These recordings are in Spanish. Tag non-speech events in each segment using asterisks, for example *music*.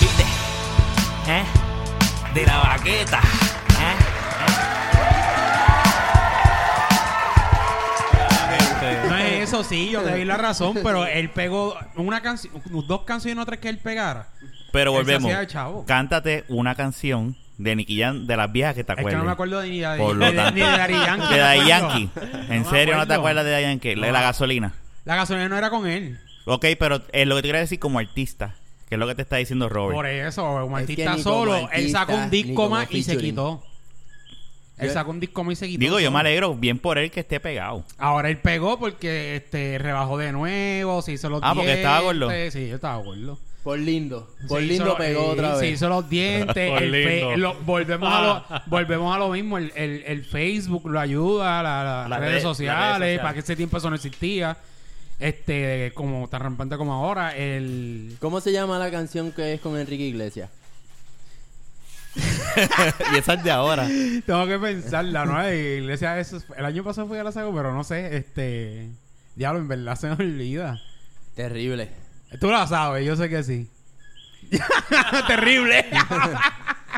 ¿Viste? ¿Eh? De la baqueta. ¿Eh? No Eh, es eso, sí, yo te doy *laughs* la razón, pero él pegó una canción, dos canciones o tres que él pegara. Pero Él se volvemos. hacía el chavo. Cántate una canción de Nicky Jam, de las viejas que te Es acuerdas. que no me acuerdo de ni de, Por lo ni de- tanto, ni de Daddy Yankee. De no me Daddy acuerdo. Yankee. ¿En serio me no te acuerdo. acuerdas de Daddy Yankee? La, la gasolina. La gasolina no era con él. Ok, pero eh, lo que te quiero decir como artista, que es lo que te está diciendo Robert. Por eso, un Es que artista ni como solo, él artista, sacó un ni disco como más y se featuring. quitó. Él sacó un disco más y se quitó. Digo, yo me alegro bien por él que esté pegado. Ahora él pegó porque este rebajó de nuevo, se hizo los Ah, porque estaba gordo. dientes, Sí, yo estaba gordo. Por lindo. Por Se hizo lindo lo- pegó eh, otra Se vez. hizo los *laughs* dientes. Por el fe- lindo. lo- volvemos, Ah. a lo, volvemos a lo mismo. El, el- el Facebook lo ayuda, la- la- las Las redes, redes- sociales, las redes sociales. Para que ese tiempo eso no existía. Este, como tan rampante como ahora, el. ¿Cómo se llama la canción que es con Enrique Iglesias? *laughs* y esa es de ahora. *laughs* Tengo que pensarla, ¿no? La iglesia, eso, el año pasado fui a la saco, pero no sé, este. Diablo, en verdad se me olvida. Terrible. Tú la sabes, yo sé que sí. Terrible.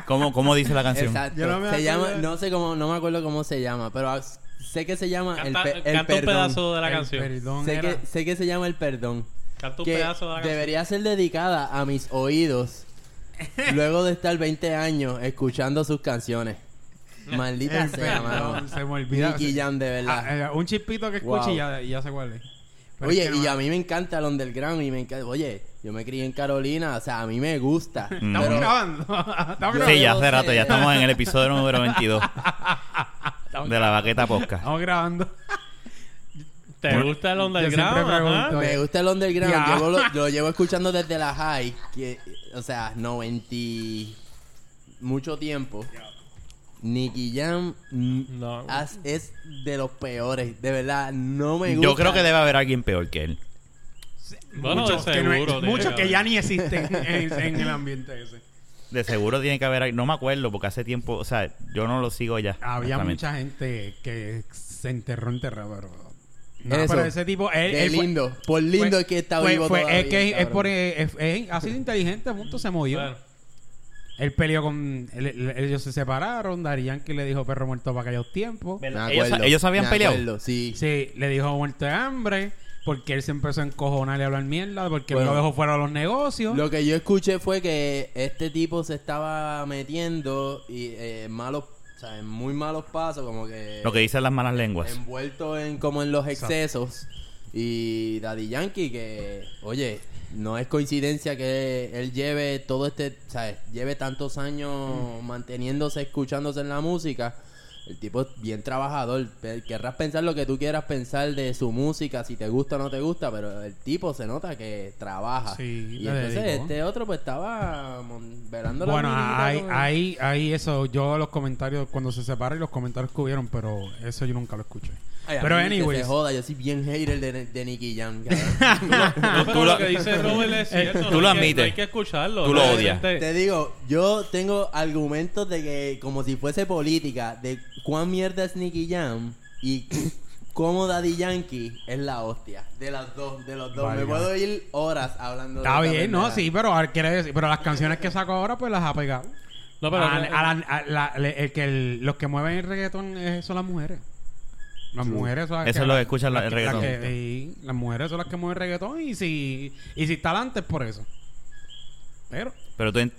¿Cómo, cómo dice la canción? Exacto. Yo no me se acuerdo. llama, no sé cómo, no me acuerdo cómo se llama, pero ah, sé que se llama Canta, el, pe- el canta un perdón. pedazo de la El canción. perdón Sé era- que, sé que se llama el perdón. Canta un que pedazo de la canción. debería ser dedicada a mis *laughs* oídos luego de estar 20 años escuchando sus canciones. Maldita El sea, perdón, mano. se me olvida. Nicky Jam, de verdad. Ah, eh, un chispito que escuche Wow. y, ya, y ya se cuál es. Pero Oye, es que y no- a mí me encanta el underground y me encanta... Oye, yo me crié en Carolina, o sea, a mí *laughs* me gusta. Estamos pero- grabando. *laughs* Estamos grabando. Sí, ya no sé. hace rato, ya estamos en el episodio número 22 de la baqueta posca. Estamos grabando. ¿Te gusta el siempre underground? pregunto. Ajá. Me Oye. gusta el underground. Ya. *laughs* Llevo lo, lo llevo escuchando desde la high, que, o sea, 90 y mucho tiempo. Nicky Jam mm, No. as- es de los peores, de verdad, no me gusta. Yo creo que debe haber alguien peor que él. Bueno, muchos de que, no- seguro, tiene muchos que que haber. ya ni existen en, en *laughs* el ambiente ese. De seguro tiene que haber alguien. No me acuerdo porque hace tiempo, o sea, yo no lo sigo ya. Había honestamente. mucha gente que se enterró enterrado, pero. No, Eso. pero ese tipo. Él, De él fue- lindo, por lindo fue- es que está fue- vivo fue- todavía, Es que es- es cabrón. por. es- es- ha sido inteligente, punto, se movió. Bueno, Él peleó con. él- él- ellos se separaron. Dari Yankee le dijo perro muerto para aquellos tiempos. Me Ellos- acuerdo, ellos habían me peleado. acuerdo, sí. Sí, le dijo muerto de hambre. Porque él se empezó a encojonar y a hablar mierda. Porque él Bueno. lo dejó fuera de los negocios. Lo que yo escuché fue que este tipo se estaba metiendo y eh, malos, o sea, en muy malos pasos, como que Lo que dicen las malas Pues. lenguas. envuelto en como en los excesos y Daddy Yankee que oye no es coincidencia que él lleve todo este sabes lleve tantos Mm. años manteniéndose escuchándose en la música el tipo es bien trabajador Pe- querrás pensar lo que tú quieras pensar de su música si te gusta o no te gusta pero el tipo se nota que trabaja Sí, y le entonces dedicó. este otro pues estaba mon- velando la Bueno, minita ahí, con- ahí, ahí eso, yo los comentarios, cuando se separó y los comentarios que hubieron, pero eso yo nunca lo escuché. Ay, a pero mí que anyways, se joda yo soy bien hater de, de Nicky Jam cabrón. *laughs* No, pero tú lo- lo que dice Robert es cierto. tú no lo hay que- admites. no hay que escucharlo. Tú lo ¿no? odias. Gente- Te digo, yo tengo argumentos de que, como si fuese política, de cuán mierda es Nicky Jam y *clears throat* cómo Daddy Yankee es la hostia. De las dos, de los dos. Vale, Me vale. puedo ir horas hablando está de esta bien, ¿no? pendeja. Sí, pero, ahora quiere decir- pero las canciones que saco ahora, pues las ha pegado. No, pero A- no- a la- a la- le- el que el- los que mueven el reggaetón eh, son las mujeres. Las mujeres son las Eso es lo que escuchan la- el las reggaetón. que- y las mujeres son las que mueven reggaetón y si, y si está adelante es por eso. Pero, Pero tú... en-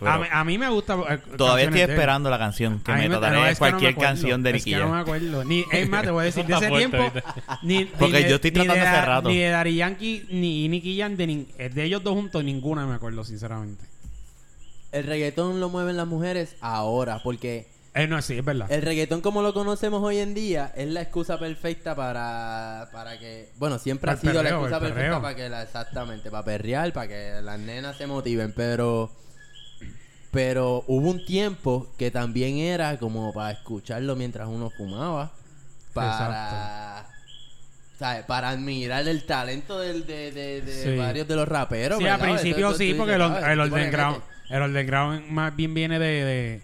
pero a, mí, a mí Ah, me gusta. eh, todavía canciones estoy de él. esperando la canción que A mí me me- trataré no, de es que no me cualquier acuerdo. canción de Es que Riquilla. no me acuerdo. Ni, es más, te voy a *laughs* decir, de ese Está tiempo. fuerte, Ni, ni Porque de- yo estoy ni de tratando hace Da- rato. Ni de Daddy Yankee ni Nicky Jam, de, nin- eh, de ellos dos juntos, ninguna me acuerdo, sinceramente. El reggaetón lo mueven las mujeres ahora, porque Eh, no, sí, es verdad. el reggaetón como lo conocemos hoy en día es la excusa perfecta para, para que... Bueno, siempre Para ha el sido la perreo, excusa el perfecta perreo. para que la... Exactamente, para perrear, para que las nenas se motiven, pero... Pero hubo un tiempo que también era como para escucharlo mientras uno fumaba, para... ¿sabes? Para admirar el talento del- de, de- de Sí. varios de los raperos. sí, al ¿verdad? principio Entonces, tú sí, dices, porque el, "Ah, el tipo que underground, mete". el underground más bien viene de de,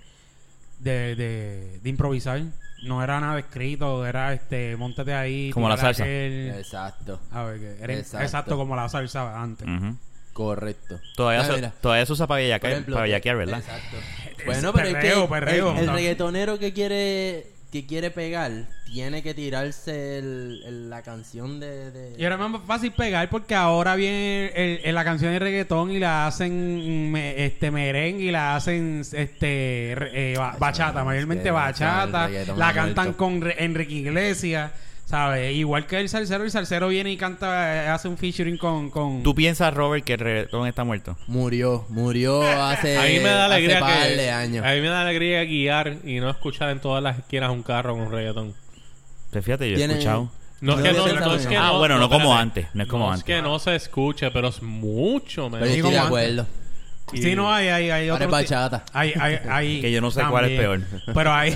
de, de- de improvisar. No era nada escrito, era este, montate ahí. Como la tírala salsa. aquel. este". Exacto, A ver, que era- Exacto. exacto. como la salsa antes. Ujú. correcto. Todavía, Ah, se- mira. todavía se usa para bellaquear, Por ejemplo, para que- bellaquear, ¿verdad? Exacto. Es Bueno, pero es que perreo, perreo, el, el ¿no? reggaetonero que quiere que quiere pegar tiene que tirarse el- el- la canción de, de- Y ahora es más fácil pegar porque ahora viene el- el- la canción de reggaetón y la hacen me- este merengue y la hacen este re- eh, ba- bachata, mayormente que no, bachata. el reggaetón La ha cantan vuelto. con re- Enrique Iglesias, ¿sabes? Igual que el salsero, el salsero viene y canta, eh, hace un featuring con... con... ¿Tú piensas, Robert, que el reggaetón está muerto? murió murió hace *laughs* A mí me da alegría hace par que eh, de años. a mí me da alegría guiar y no escuchar en todas las esquinas un carro con un reggaetón. Te fíjate, yo he Tiene- escuchado. No, es que Yo pienso no, no es también. que Ah, bueno, no como espérate. antes, no es como No antes. Es que no se escuche, pero es Pero mucho menos. yo Sí, estoy de como acuerdo. Sí, no, hay, hay, hay Ahora otro... es ti- bachata. Hay, *laughs* hay, hay- Que yo no sé cuál es peor. *laughs* Pero hay...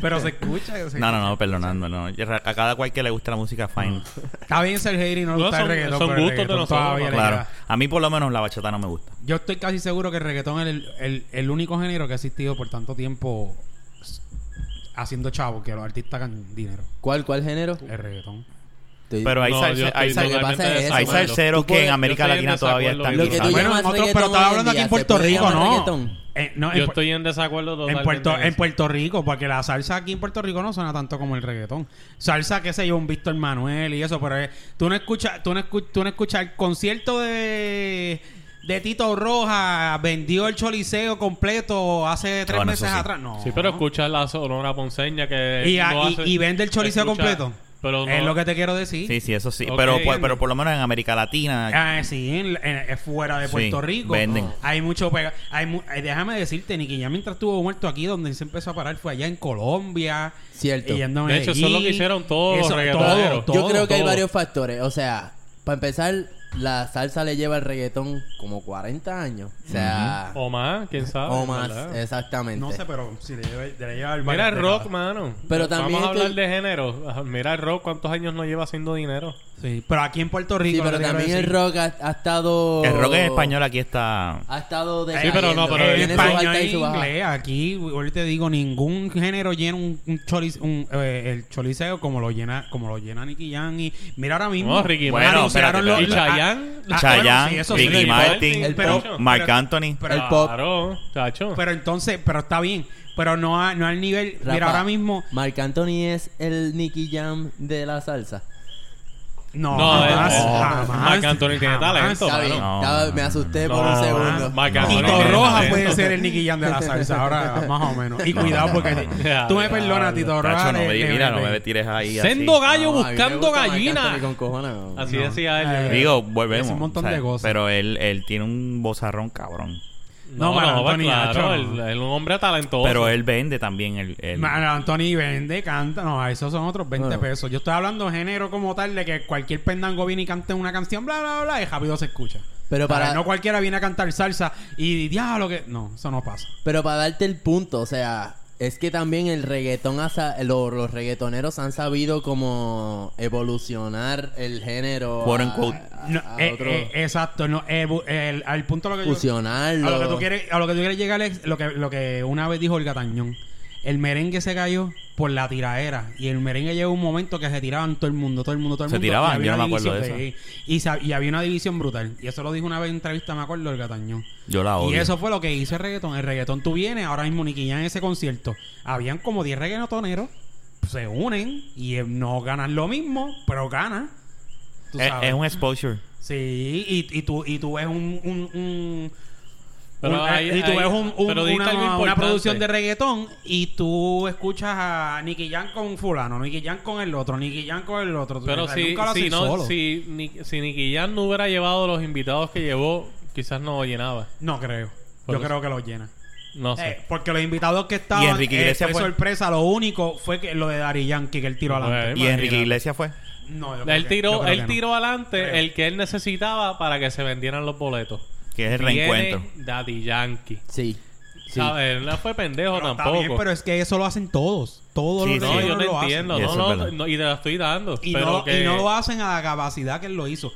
pero se escucha. se- No, no, no, perdonando, no. Yo- A cada cual que le gusta la música, fine. Está bien ser hater y no, No, le gusta el son- reggaetón. son pero el gustos de reggaetón nosotros, todavía *laughs* le Claro. queda. A mí, por lo menos, la bachata no me gusta. Yo estoy casi seguro que el reggaetón es el, el- el único género que ha existido por tanto tiempo s- haciendo chavo, que los artistas ganan dinero. ¿Cuál cuál género? El reggaón. Estoy- Pero hay No, salse- yo hay estoy salse- totalmente hay de hay acuerdo. salseros Tú que en puedes- América yo estoy en Latina todavía desacuerdo están con lo que tú guisando. llamas Bueno, en otros- reggaetón pero estaba hoy en hablando aquí día, en ¿se Puerto puede Rico, llamar ¿no? reggaetón? Eh, no, en, Yo Pu- estoy en desacuerdo en totalmente. Puerto, con en eso. Puerto Rico, porque la salsa aquí en Puerto Rico no suena tanto como el reggaetón. Salsa, qué sé yo, un Víctor Manuel y eso, pero eh, tú no escuchas, tú no escuchas, tú no escuchas el concierto de de Tito Roja vendió el Choliseo completo hace tres bueno, meses Ah, eso sí. atrás. No. Sí, pero escucha la sonora ponceña que... Y, no y- hace- y vende el Choliseo escucha, completo. Pero no, Es lo que te quiero decir. Sí, sí, eso sí. Ok. Pero, por- pero por lo menos en América Latina. Ah, sí, en- en- es fuera de Sí, Puerto Rico. Oh. venden. Hay mucho pega. Hay mu- eh, déjame decirte, Nicky, ya mientras estuvo muerto aquí, donde se empezó a parar fue allá en Colombia. Cierto. y yendo a De hecho, eso es Medellín. lo que hicieron todos los Eso, reggaetoneros. todo, Yo creo que hay todo. varios factores. O sea, para empezar, la salsa le lleva al reggaetón como 40 años. O sea, O más, quién sabe. o más, ¿verdad? exactamente. No sé, pero si le lleva, le lleva el Mira varias el rock, décadas. mano. Pero también este- Vamos a es que- hablar de género. Ajá, Mira el rock, cuántos años no lleva haciendo dinero. Sí, pero aquí en Puerto Sí, Rico. pero lo que quiero también el decir- rock ha, ha estado... El Oh. rock en español aquí está. Ha estado de Sí, pero no, eh, pero El tiene su español en inglés, aquí, ahorita te digo, ningún género llena un, un cholis- un, eh, el choliseo como lo llena, como lo llena Nicky Jam y mira ahora mismo. No, Ricky Bueno, Martin. espérate, anunciaron los- Y espérate. ah, Chayanne. ah, Chayanne, bueno, sí, eso sí, Ricky Ricky Martin, Martin, pero- pero- Marc pero- Anthony. pero- El pop. Claro, chacho. Pero entonces, pero está bien. Pero no, a- no al nivel. mira, ahora mismo. Marc Anthony es el Nicky Jam de la salsa. No, No, jamás, es- no. jamás, Marc Anthony tiene jamás. talento. Está bien, no, estaba- no, me asusté no, por un no, segundo. Marc Tito Anthony Roja tiene talento. puede ser el Nicky Jam de la salsa, ahora más o menos. Y No, cuidado no, porque *laughs* no, no, no. tú me perdonas, Tito Roja. Tacho, no le- me, le- mira, no le- me tires ahí. así. Sendo gallo No, a mí me buscando gusta Marc gallina. Anthony con cojones. Así No. decía él. Eh, Digo, volvemos. Es un montón de cosas. Pero él, él tiene un bozarrón cabrón. No, Marc Anthony, pues claro, chacho, él, no. él es un hombre talentoso. Pero él vende también el. el- Mano, Anthony vende, canta. No, esos son otros 20 Bueno. pesos. Yo estoy hablando de género como tal, de que cualquier pendango viene y canta una canción, bla, bla, bla, y rápido se escucha. Pero para- ¿Sabes? No cualquiera viene a cantar salsa y diablo que. No, eso no pasa. Pero para darte el punto, o sea, es que también el reggaetón, ha sa- lo- los reggaetoneros han sabido como evolucionar el género. Quote, a- unquote. a- No, a eh, Ah, otro- eh, exacto. No, eh, bu- el- al punto a lo que yo- fusionarlo. A lo que tú quieres, a lo que tú quieres llegar es lo que, lo que una vez dijo el gatañón. El merengue se cayó por la tiraera. Y el merengue llegó un momento que se tiraban todo el mundo, todo el mundo, todo el Se mundo. tiraban, y había yo no una me acuerdo de división, sí. Y, sa- y había una división brutal. Y eso lo dijo una vez en entrevista, me acuerdo, el gatañón. yo la Y odio. eso fue lo que hizo el reggaetón. El reggaetón tú vienes, ahora mismo Nicky Jam en ese concierto. Habían como 10 reggaetoneros. se unen y eh, no ganan lo mismo, pero ganan. Tú Eh, Es, sabes. es un exposure. Sí, y, y tú, y tú ves un... un- un- Pero un- ahí- y tú ahí- ves un- un- pero dijiste una, algo una importante. producción de reggaetón y tú escuchas a Nicky Jam con fulano, Nicky Jam con el otro, Nicky Jam con el otro. Tú- Pero o sea, si, Pues nunca lo si, hacen no, solo. si, Ni- si Nicky Jam no hubiera llevado los invitados que llevó, quizás no llenaba. No creo. Por Yo eso. creo que lo llena. No sé. Eh, porque los invitados que estaban... Y Enrique eh, Iglesias fue fue- sorpresa. Lo único fue que lo de Dari Yankee, que él tiró adelante. Bueno. Y Imagínate. Enrique Iglesias fue. No, yo creo que- Él yo tiró, creo él que no. tiró adelante Creo. el que él necesitaba para que se vendieran los boletos. Que es el Viene reencuentro. Daddy Yankee. Sí. sí. ¿Sabes? Él No fue pendejo Pero está tampoco. bien, pero es que eso lo hacen todos. Todos Sí, sí. los No, reggaetoneros yo lo te hacen. entiendo. Y No, eso no, es verdad. no, y te la estoy dando. Y, pero no, que... y no lo hacen a la capacidad que él lo hizo.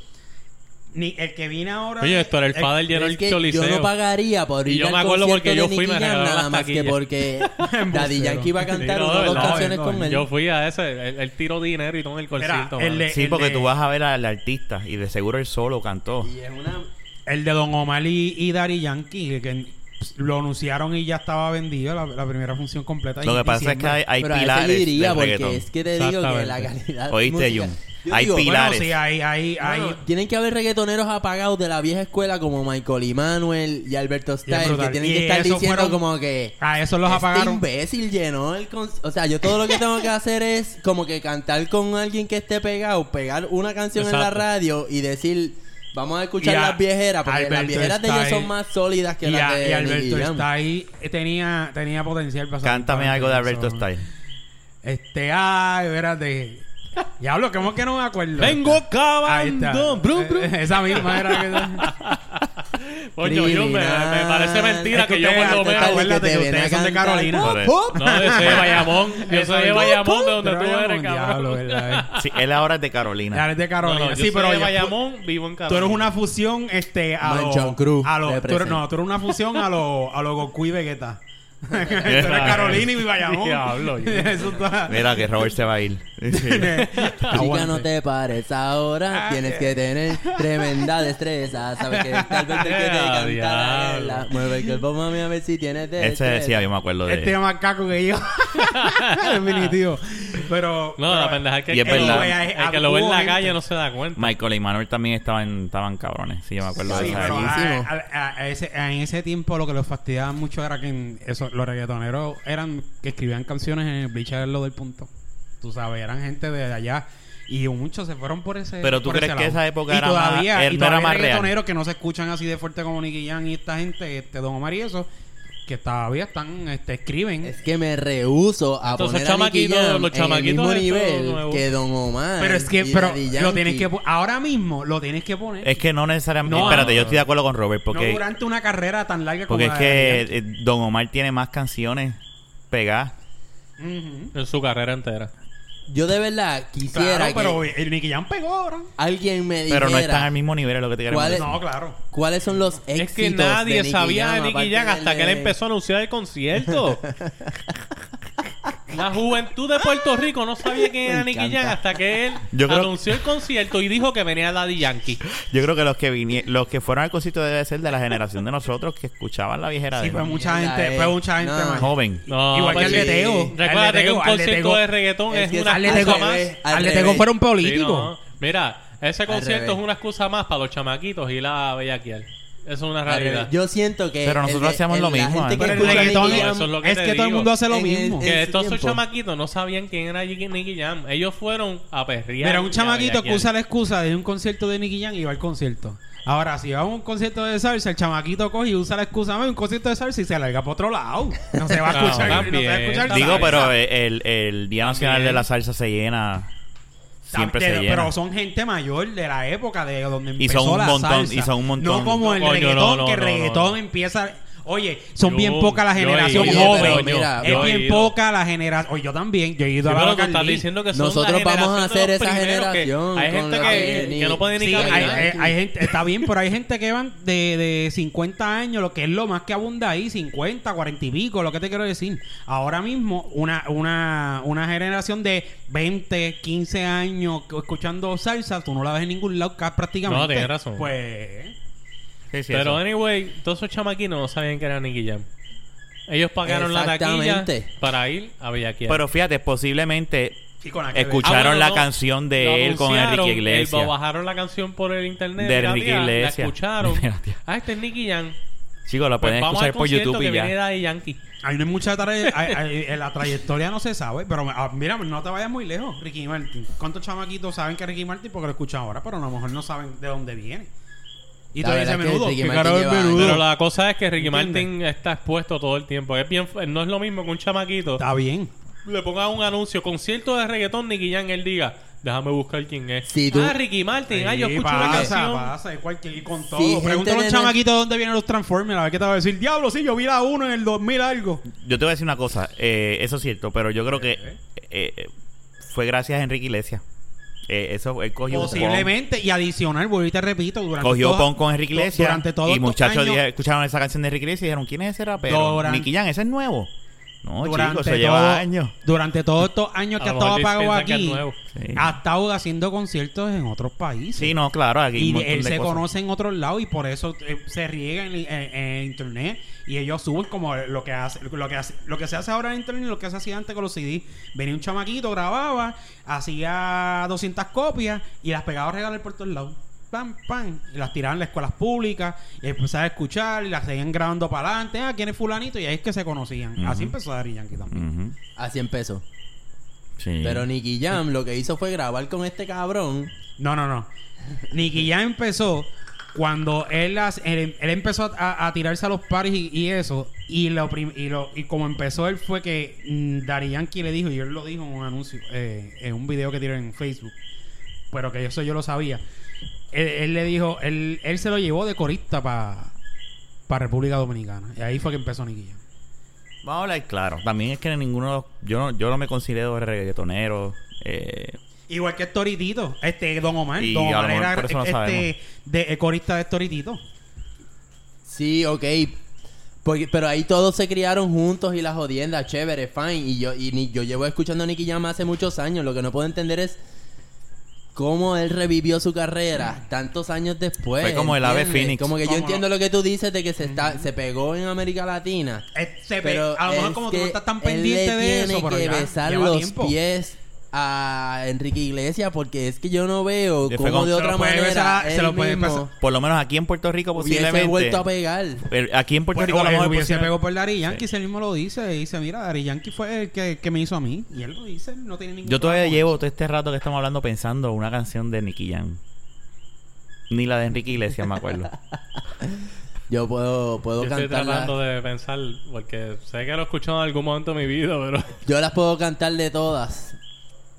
Ni el que viene ahora. Oye, esto era el el- padre llenó Es el que choliseo. Yo no pagaría por Y ir yo al me acuerdo concierto porque yo de fui y me Nicky Jam regalaron nada las más que taquillas. porque *laughs* Daddy Yankee iba a Sí, cantar no, una de o dos verdad, canciones no, con él. Yo fui a ese. Él, él tiró dinero y todo en el concierto. el mano. de- Sí, el porque de- tú vas a ver al artista y de seguro él solo cantó. Y es una... El de Don Omar y, y Daddy Yankee, que pss, lo anunciaron y ya estaba vendido la, la primera función completa. Lo en que pasa es que diciembre. hay, hay pero a eso pilares yo iría del porque reggaetón. es que te digo que la Exactamente. calidad Oíste, musical- Jun. Yo Hay digo, pila- Bueno, pilares. sí, hay. hay, hay bueno, tienen que haber reggaetoneros apagados de la vieja escuela como Michael Immanuel y Alberto Style que brutal. tienen Y que estar esos diciendo fueron- como que a esos los este apagaron. imbécil llenó el con- o sea yo todo lo que tengo que hacer es como que cantar con alguien que esté pegado pegar una canción en la Exacto. radio y decir vamos a escuchar Y a- las viejeras porque las Alberto viejeras de ellos Style. son más sólidas que y, las a- de y Nicky Alberto Jam. está ahí. eh, Tenía, tenía potencial para salir Cántame para algo de Alberto adelante, eso. Style. Este, ay, espérate. *laughs* Diablo, ¿cómo es que no me acuerdo? Vengo Ahí está. cavando. Brum, brum. Eh, *laughs* Esa misma era que. Coño, yo me, me parece mentira que, yo cuando antes me estaban- hago. acuérdate que ustedes son de Carolina. Por eso. ¡Pop! No, yo soy de Bayamón. Yo Eso soy de mismo. Bayamón, de donde Pero tú Bayamón, eres, diablo, cabrón. *laughs* ¿verdad? Sí, él ahora es de Carolina. *laughs* Eres de No, Carolina. no, yo sí, pero soy de ya- Bayamón, vivo en Carolina. Tú eres una fusión este, a lo- Manchón Cruz, A lo, tú eres- representa. no, tú eres una fusión a los a lo Goku y Vegeta. *laughs* tú eres Carolina y mi Bayamón. Diablo, *laughs* yo. Eso está. Mira que Robert se va a *laughs* ir. Chica, Aguante. no te pares Ah, ahora. Tienes que tener tremenda destreza. Sabes que tal vez te quiere *laughs* Ah, cantar. a diablo. la- Mueve el cuerpo, mami, a ver si tienes Ese destreza. decía, yo me acuerdo de Este es más caco que yo. *laughs* Definitivo. Pero. No, pero- la pendeja es que Y es el que lo- verdad. El que lo ve en la Gente. calle no se da cuenta. Michael y Manuel también estaban, estaban cabrones. Sí, yo me acuerdo de Sí, ah. esa pero época. a- buenísimo. a- a- a ese- a- en ese tiempo lo que los fastidiaba mucho era que en- eso, los reggaetoneros eran que escribían canciones en el Bleacher lo del punto. Tú sabes, eran gente de allá y muchos se fueron por ese Pero tú por ese crees que lado. esa época y era todavía, más- no y era todavía más hay real. reggaetoneros que no se escuchan así de fuerte como Nicky Jam y esta gente, este Don Omar y eso, que todavía están este escriben. Es que me rehuso a Entonces, poner a Nicky chamaquitos, Jam los en el mismo chamaquitos estos nivel nuevos. que Don Omar. pero es que y pero Daddy lo tienes Yankee. que po- ahora mismo lo tienes que poner. Es que no necesariamente. No, espérate, no, yo no. estoy de acuerdo con Robert no porque, durante una carrera tan larga porque es como la de que eh, Don Omar tiene más canciones pegadas. Daddy Yankee. Ujú. En su carrera entera. Yo de verdad Claro, quisiera pero que el Nicky Jam pegó ahora. alguien me dijera Pero no están al mismo nivel, es lo que te quiero ¿Cuál decir. No, claro. cuáles son los éxitos. Es que de nadie Nicky sabía de Jam, aparte Nicky Jam hasta del que él de- empezó a anunciar *laughs* el concierto. La juventud de Puerto Rico no sabía quién era Me Nicky Jam encanta. hasta que él Yo creo- anunció el concierto y dijo que venía Daddy Yankee. Yo creo que los que vinie- los que fueron al concierto debe ser de la generación de nosotros que escuchaban la viejera Sí, de fue mucha Mierda, gente, eh. fue mucha gente No. más. joven. No, Igual que pues el sí. de Teo. Al de Recuérdate que Teo, un al de concierto Tego. de reggaetón Es es, que una al de excusa Tego- eh. más. al Al de revés. Tego fueron políticos. Sí, no. Mira, ese concierto revés. es una excusa más para los chamaquitos y la bellaquial. Eso es una Al realidad. revés. Yo siento que. Pero nosotros el de- hacíamos el- lo la mismo, gente ¿eh? que Pero el escucha reggaetón Nicky es, Jam- Eso es lo que es te que todo el digo. mundo hace lo En el- mismo. en- que su estos tiempo. chamaquitos no sabían quién era Nicky Nicky Jam. Ellos fueron a perrear. Mira, y un a chamaquito que bellaquear. usa la excusa de ir a un concierto de Nicky Jam y va al concierto. Ahora, si va a un concierto de salsa, el chamaquito coge y usa la excusa de un concierto de salsa y se alarga para otro lado. No se va a No, escuchar. no, se va a también. escuchar Digo, salsa. pero el, el Día Nacional de la Salsa se llena. Siempre Pero- se llena. Pero son gente mayor de la época de donde Y empezó son un la montón, salsa. y son un montón. No como el Coño, reggaetón, no, no, que el no, no. reggaetón empieza... Oye, son Yo- bien poca la yo he generación ido, Oye, joven. pero yo- mira, Ah, yo Es he bien ido. poca la generación. Oye, yo también. Yo he ido Sí, a la pero tú Bacardí. estás diciendo que son Nosotros la vamos a generación de hacer los esa primeros que- generación con Hay gente los que, Bacardí. que no puede ni Sí, hay, caminar. hay- hay gente, está bien, pero hay gente que van de, de 50 años, lo que es lo más que abunda ahí, 50, 40 y pico, lo que te quiero decir. Ahora mismo, una, una, una generación de 20, 15 años que- escuchando salsa, tú no la ves en ningún lado ca- prácticamente. No, tienes razón. Pues, Sí, sí, Pero eso. anyway, todos esos chamaquitos no sabían que era Nicky Jam. Ellos pagaron la taquilla Exactamente. para ir a Bellaquía. Pero fíjate, posiblemente Y con la que- escucharon Ah, bueno, la no. canción de Lo él con anunciaron, Enrique él- Iglesias. bajaron la canción por el internet. De mira, Enrique tía, La Iglesias. escucharon. *laughs* Mira, tía. ah, este es Nicky Yan. Chicos, la Pues pueden vamos al escuchar por concierto YouTube que y viene ya. Daddy Yankee. Hay no hay mucha tarea, hay- hay- en la trayectoria no se sabe, pero ah, mira, no te vayas muy lejos, Ricky Martin. ¿Cuántos chamaquitos saben que es Ricky Martin porque lo escuchan ahora, pero a lo mejor no saben de dónde viene? Y La tú verdad dices es que menudo. Ricky ¿qué Martin carajo es lleva menudo? Pero la cosa es que Ricky ¿Entiendes? Martin está expuesto todo el tiempo. Es bien, no es lo mismo que un chamaquito Está bien. le ponga un anuncio, concierto de reggaetón, Nicky Jam, él diga, déjame buscar quién es. Si tú- Ah, Ricky Martin, ah, yo Sí, escucho una pasa, canción. pasa, es cualquier, y con todo. Sí, gente Pregúntale a de- los chamaquitos dónde vienen los Transformers, a ver qué te va a decir. Diablo, sí, yo vi la 1 en el 2000 algo. Yo te voy a decir una cosa, eh, eso es cierto, pero yo creo que eh, eh, fue gracias a Enrique Iglesias. Eh, eso él cogió Posiblemente, y adicional, vuelvo y te repito, pon, durante cogió toda- pon con Enrique du- Iglesias durante todos y estos muchachos años- dije- escucharon esa canción de Enrique Iglesias y dijeron quién es ese rapero. Durante- Nicky Jam, ese es nuevo. No, durante chicos, eso lleva todo- años. Durante todos estos años que A ha lo estado mejor apagado piensan que es aquí, nuevo. Sí. ha estado haciendo conciertos en otros países. Sí, no, claro, aquí hay un y montón él de se cosas. conoce en otros lados y por eso eh, se riega en, en- en internet y ellos suben como lo que hace lo que hace, lo que se hace ahora en internet y lo que se hacía antes con los CD venía un chamaquito grababa hacía 200 copias y las pegaba a regalar por todos lados pam pam y las tiraban en las escuelas públicas y empezaba a escuchar y las seguían grabando para adelante ah quién es fulanito y ahí es que se conocían así empezó Daddy Yankee también Ujú. A 100 pesos. Sí. Pero Nicky Jam lo que hizo fue grabar con este cabrón. No, no, no. Nicky ya empezó cuando él, las- él, él empezó a, a tirarse a los pares y, y eso. Y lo, prim- y lo y como empezó él fue que mm, Daddy Yankee le dijo, y él lo dijo en un anuncio, eh, en un video que tiró en Facebook, pero que eso yo lo sabía. Él, él le dijo, él, él se lo llevó de corista para República Dominicana. Y ahí fue que empezó Nicky Jam. Vamos a hablar claro. También es que ninguno de los- yo no, yo no me considero reggaetonero. Eh, Igual que Storitito, este Don Omar. Y Don a lo Omar mejor era por eso no sabemos. este, de, eh, corista de Storitito. Sí, ok. Porque, pero ahí todos se criaron juntos y la jodienda, chévere, fine. Y yo, y ni- yo llevo escuchando a Nicky Jam hace muchos años. Lo que no puedo entender es cómo él revivió su carrera tantos años después. Fue como el ave ¿entiendes? Phoenix. Como que yo ¿Cómo entiendo lo que tú dices de que se, está, se pegó en América Latina. Este, Pero a lo mejor es como tú no que estás tan él le pendiente de eso, tiene pero que ya, besar lleva los tiempo. pies a Enrique Iglesias porque es que yo no veo Le fue cómo con- de se lo otra puede manera besar, él se lo puede mismo besar. por lo menos aquí en Puerto Rico hubiese posiblemente. vuelto a pegar. pero aquí en Puerto Pues, Rico a lo o mejor él hubiese posiblemente- pegado por Dari Yankee, si él mismo lo dice. Y dice, mira, Dari Yankee fue el que, que me hizo a mí. Y él lo dice, no tiene ningún Yo todavía problema. llevo todo este rato que estamos hablando pensando una canción de Nicky Jam. Ni la de Enrique Iglesias, me *laughs* acuerdo. Yo puedo, puedo Yo estoy cantarla- tratando de pensar, porque sé que lo he escuchado en algún momento de mi vida, *laughs* pero Yo las puedo cantar de todas.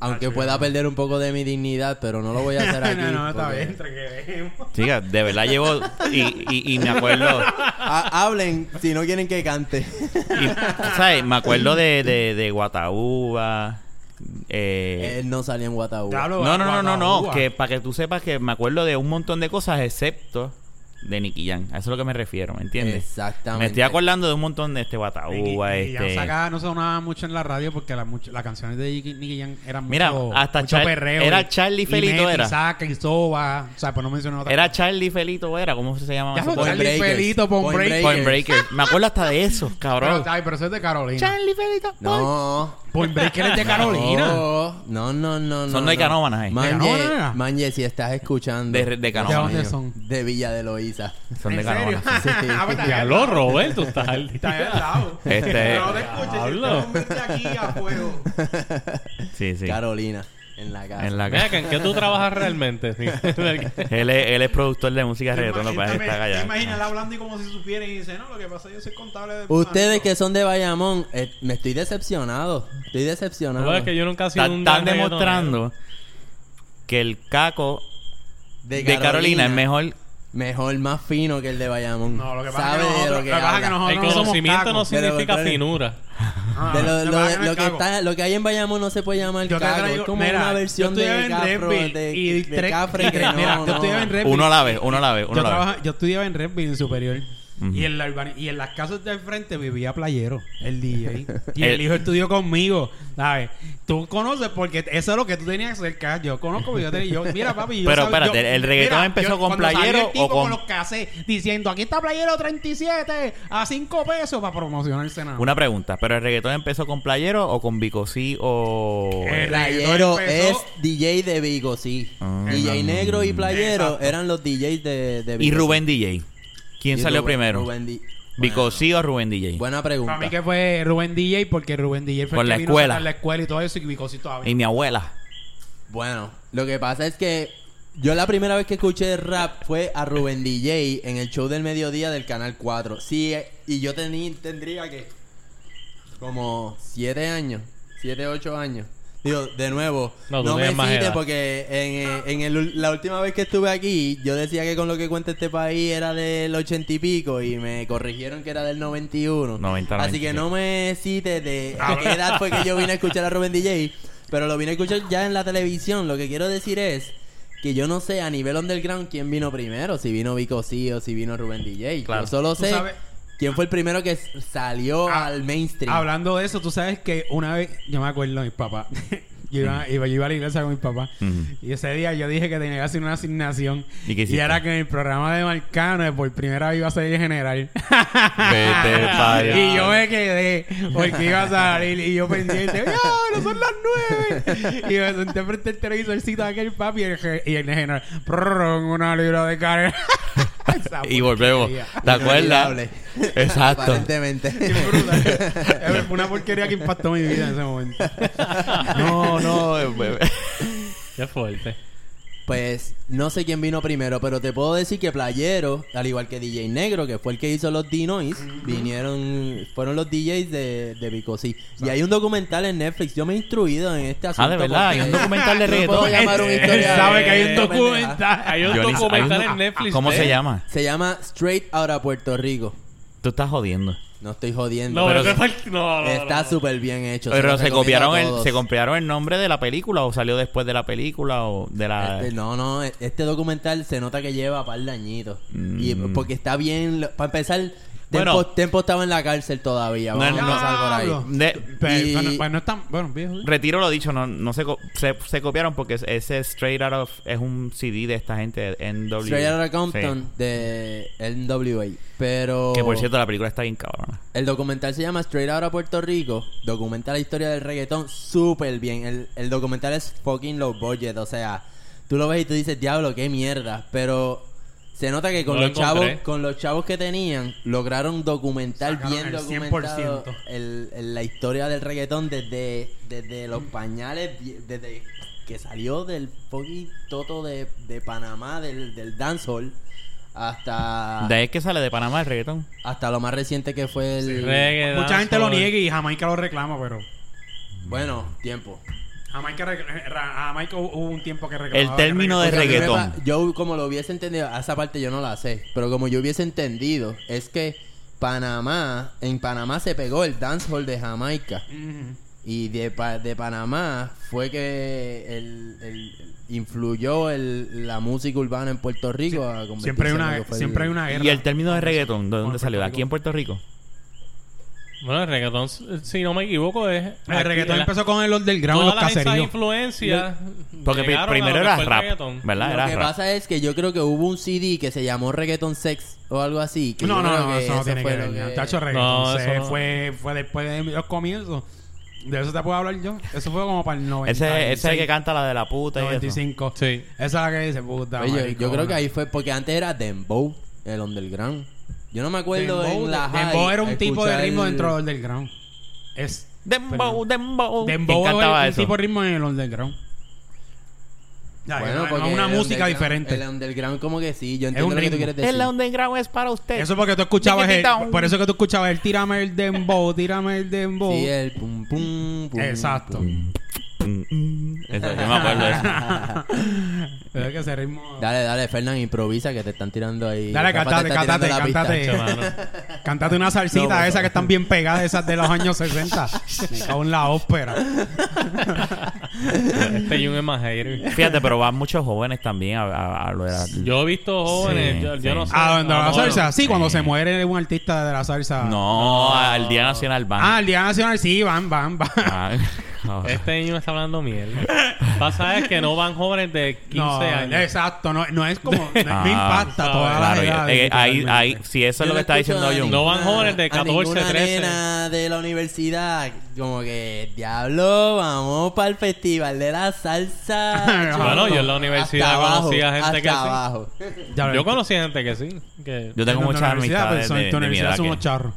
Aunque Ah, pueda perder un poco de mi dignidad, pero no lo voy a hacer *laughs* aquí. no, no, está porque- bien, entre que vemos. Chica, de verdad llevo. Y, y- y me acuerdo. Ha- hablen si no quieren que cante. y, ¿Sabes? Me acuerdo de, de, de Guataúba. eh, Él no salió en Guataú. Te hablo no, no, no, no, no. Guataúba. Que para que tú sepas que me acuerdo de un montón de cosas excepto de Nicky Jam. A eso es lo que me refiero, ¿me entiendes? Exactamente. Me estoy acordando de un montón de este Guataúba. Nicky- Nicky Jam este... sacaba- no sonaba mucho en la radio porque las much- las canciones de Nicky Nicky Jam eran Mira, mucho, hasta mucho Char- perreo. era y- Charlie y Felito, Neti, era. Saca y Soba. O sea, pues no mencioné otra. Era Charlie Felito, ¿era? ¿Cómo se llamaba? Ya ese lo pobre? Charlie Felito, Point Breakers. Point Breaker. Me acuerdo hasta de eso, pero, cabrón. ay, pero eso es de Carolina. Felito. No. Point Breaker es de Carolina. No, no, no, no. Son de Canóvanas, eh. Manje, ¿De Canóvanas? Manje, si estás escuchando. De, de ¿De Canóvanas. dónde ellos. son? De Villa de Loíza. Son de ¿En serio? Canóvanas. sí. *laughs* Ah, *laughs* pues, está Diablo, Roberto, estás al Está ahí al lado. Este- Pero no te escuches. Diablo. este hombre está aquí a fuego. Sí, sí. Carolina. En la casa. En la Mira, ca- ¿en qué tú trabajas *laughs* realmente? Sí. *laughs* él, es, él es productor de música reggaetón, no para Imagínate, está te callado. imaginas él hablando y como si supiera y dice, no, lo que pasa es que yo soy contable de... Ustedes que que... son de Bayamón, eh, me estoy decepcionado. Estoy decepcionado. No, es que yo nunca he sido Está- un Están gran demostrando que el caco de Carolina, es mejor. Mejor, más fino que el de Bayamón. No, lo que pasa Sabe es que de nosotros- lo que lo que pasa habla. es que reggaetonero. nosotros no El somos conocimiento no cacos. significa Pero- finura. Ah, De lo, lo que lo- pasa es que lo el que caco. está, lo que hay en Bayamón no se puede llamar Yo te caco. traigo- es como mira, una versión yo estudiaba de en capro, Redville de, y de tres- cafre y que tres- no, *laughs* mira, yo no. estudiaba en Redville. Uno a la vez, uno a la vez, uno Yo, a la vez. trabaja- yo estudiaba en Redville en superior. Ujú. y, en la urbani- y en las casas del frente vivía Playero, el DJ. *laughs* Y El- el hijo estudió conmigo, ¿sabes? Tú conoces porque eso es lo que tú tenías cerca. Yo conozco, porque yo tenía... Yo, mira, papi, yo Pero sabía- espérate, yo- ¿el reggaetón empezó con cuando salió el Playero o tipo con- los cassettes diciendo, aquí está Playero 37 a 5 pesos para promocionarse nada. Una pregunta, ¿pero el reggaetón empezó con Playero o con Bicosí o...? El Playero reggaetón es empezó- DJ de Vigo, sí. Ah. DJ Negro y Playero Exacto. eran los DJs de, de ¿Y Vigo, Rubén sí. DJ? ¿Quién Y salió Rubén- primero? Rubén Di- ¿Bicosí o Rubén DJ? Bueno, buena pregunta. Para mí que fue Rubén DJ porque Rubén DJ fue Por el la que vino a escuela. sacar la escuela y todo eso y Vicosi todavía. Y mi abuela. Bueno, lo que pasa es que yo la primera vez que escuché rap fue a Rubén DJ en el show del mediodía del Canal 4. Sí, eh, y yo tení- tendría que como 7 años, 7, 8 años. Digo, de nuevo, No, no, tú me tenías más cites edad. porque en, eh, en el- la última vez que estuve aquí, yo decía que con lo que cuenta este país era del 80 y pico y me corrigieron que era del 91. 90, Así que no me cites de Ah, a qué edad fue que yo vine a escuchar a Rubén DJ, pero lo vine a escuchar ya en la televisión. Lo que quiero decir es que yo no sé a nivel underground quién vino primero, si vino Vico C o si vino Rubén DJ. Claro. Yo solo Tú sé sabes- quién fue el primero que s- salió Ah, al mainstream. Hablando de eso, tú sabes que una vez, yo me acuerdo de mis papás. *laughs* yo, iba, iba- yo iba a la iglesia con mis papás. Ujú. Y ese día yo dije que tenía que hacer una asignación. ¿Y qué Y, hiciste? era que en el programa de Marcano, por primera vez iba a salir el general. *laughs* Vete, padre. *laughs* y yo me quedé porque iba a salir. Y yo pendiente, ¡Ya, no son las nueve! Y me senté frente al televisorcito de aquel papi y el, ge- y el general, "Prrrrón, una libra de carne! *laughs* Ah, Esa Y volvemos. porquería. ¿Te acuerdas? Inolvidable. Exacto. Aparentemente. Qué brutal. Es una porquería que impactó mi vida en ese momento. No, *laughs* no. eh, bebé. Qué fuerte. Pues no sé quién vino primero, pero te puedo decir que Playero, al igual que DJ Negro, que fue el que hizo los D-Noise, vinieron, fueron los DJs de, de Vico C. Y hay un documental en Netflix, yo me he instruido en este asunto. Ah, de verdad, hay porque un documental de no puedo reggaetón. *laughs* llamar un Él historiador. sabe que hay un Esta pendeja. Hay un Yo ni- documental hay un- en Netflix. ¿Cómo de se ¿eh? él. llama? Se llama Straight Outta Puerto Rico. Tú estás jodiendo. No estoy jodiendo. No, pero pero ese fue el- no, no, no, está no. súper bien hecho. Pero lo se recomiendo a copiaron el, todos. se copiaron el nombre de la película o salió después de la película o de la Este, no, no, este documental se nota que lleva par de añitos. Mm. Y porque está bien. Para empezar, Tempo, Bueno. Tempo estaba en la cárcel todavía. No, Vamos no. a empezar por ahí. Diablo. De- Pero, Y- bueno, pues no es tan... Bueno, viejo. retiro lo dicho, no, no se, co- se, se copiaron porque es- ese Straight Out of es un CD de esta gente de NW. Straight Outta Compton Sí. de NWA. Pero. Que por cierto la película está bien cabrona. El documental se llama Straight Outta Puerto Rico. Documenta la historia del reggaetón súper bien. El, el documental es fucking low budget. O sea, tú lo ves y tú dices, diablo, qué mierda. Pero se nota que con No lo los chavos encontré. con los chavos que tenían lograron documentar Sacaron bien el documentado 100%. el- el- la historia del reggaetón desde, desde Mm. los pañales, vi- desde que salió del fucking toto de, de Panamá, del, del dancehall, hasta, De ahí es que sale de Panamá el reggaetón. hasta lo más reciente que fue el... Reggae, Mucha gente lo dancehall. niega y Jamaica lo reclama, pero... Bueno, tiempo. Jamaica, rec- eh, ra- Jamaica hubo hubo un tiempo que El reclamaba... término de Porque a mí me reggaetón. pa- Yo como lo hubiese entendido, a esa parte yo no la sé, pero como yo hubiese entendido, es que Panamá, en Panamá se pegó el dancehall de Jamaica. Ujú. Y de, pa- de Panamá fue que el, el- influyó el- la música urbana en Puerto Rico. a convertirse Siempre hay en lo una, que fue siempre hay una guerra. Y el término de reggaetón, ¿de Bueno, dónde pues salió? ¿De Puerto aquí en Puerto Rico? Bueno, el reggaetón, si no me equivoco, es. El reggaetón empezó con el underground, los Todas las esas caseríos. influencias. Porque pri- llegaron a primero lo que era fue el rap, reggaetón. ¿verdad? Lo Era que rap. pasa es que yo creo que hubo un CD que se llamó Reggaeton Sex o algo así. que No, yo no, creo no, que eso no ese tiene que fue lo ver. que- nada. Tacho, el No, reggaetón eso se no. fue, fue después de los comienzos. De eso te puedo hablar yo. Eso fue como para el 90. Ese, ese es el que canta la de la puta y eso. 95. Sí. Esa es la que dice, puta. Oye, yo- yo, maricona. creo que ahí fue porque antes era Dembow, el underground. Yo no me acuerdo Dembow, en la high Dembow era un tipo de escuchar- ritmo dentro del underground. Es Dembow, dembow. Dembow ¿Quién era cantaba un eso? tipo de ritmo en el underground. Ya, Bueno, era porque una el música underground- diferente. El underground como que sí, un yo entiendo lo que tú ritmo. quieres decir. El underground es para usted. Eso porque tú escuchabas el, Tiquititao. por eso que tú escuchabas el tírame el dembow, tírame el dembow. Sí, el pum pum pum. Exacto. pum. Eso, yo me acuerdo de eso. *laughs* Es que ese ritmo. *laughs* Dale, dale, Fernán, improvisa que te están tirando ahí. Dale, Rafa, te cántate, está tirando cántate, la pista. cántate. Cántate una No, salsita por de favor. esas que *laughs* están bien pegadas, esas de los años 60. Me cago en la ópera. Este Jun es más hater. Fíjate, pero van muchos jóvenes también a, a- a lo de la- Yo he visto jóvenes, Sí, yo, sí. yo no sé. Ah, donde no, la no, salsa. Sí, cuando Sí. se muere un artista de la salsa. No, al Día Nacional van. Ah, el Día Nacional, sí, van, van, van. Ah, *laughs* no. Este niño está hablando mierda. Pasa es que no van jóvenes de 15 No, años. exacto, no, no es como. No, no Ah, impacta sabe, todas las Claro, edades, eh, ahí, literalmente. ahí, si eso Yo es lo que está escucho diciendo a Jun. No van ninguna- jóvenes de a 14, ninguna 13. nena de la universidad. Como que, diablo, vamos para el festival de la *laughs* salsa. Bueno, yo en la Hasta universidad abajo, conocí a gente hasta que sí. abajo. Ya lo- Yo conocí gente que sí. Que, Yo tengo en muchas la universidad, amistades pero de, son- de tu mi universidad edad son que- unos charros.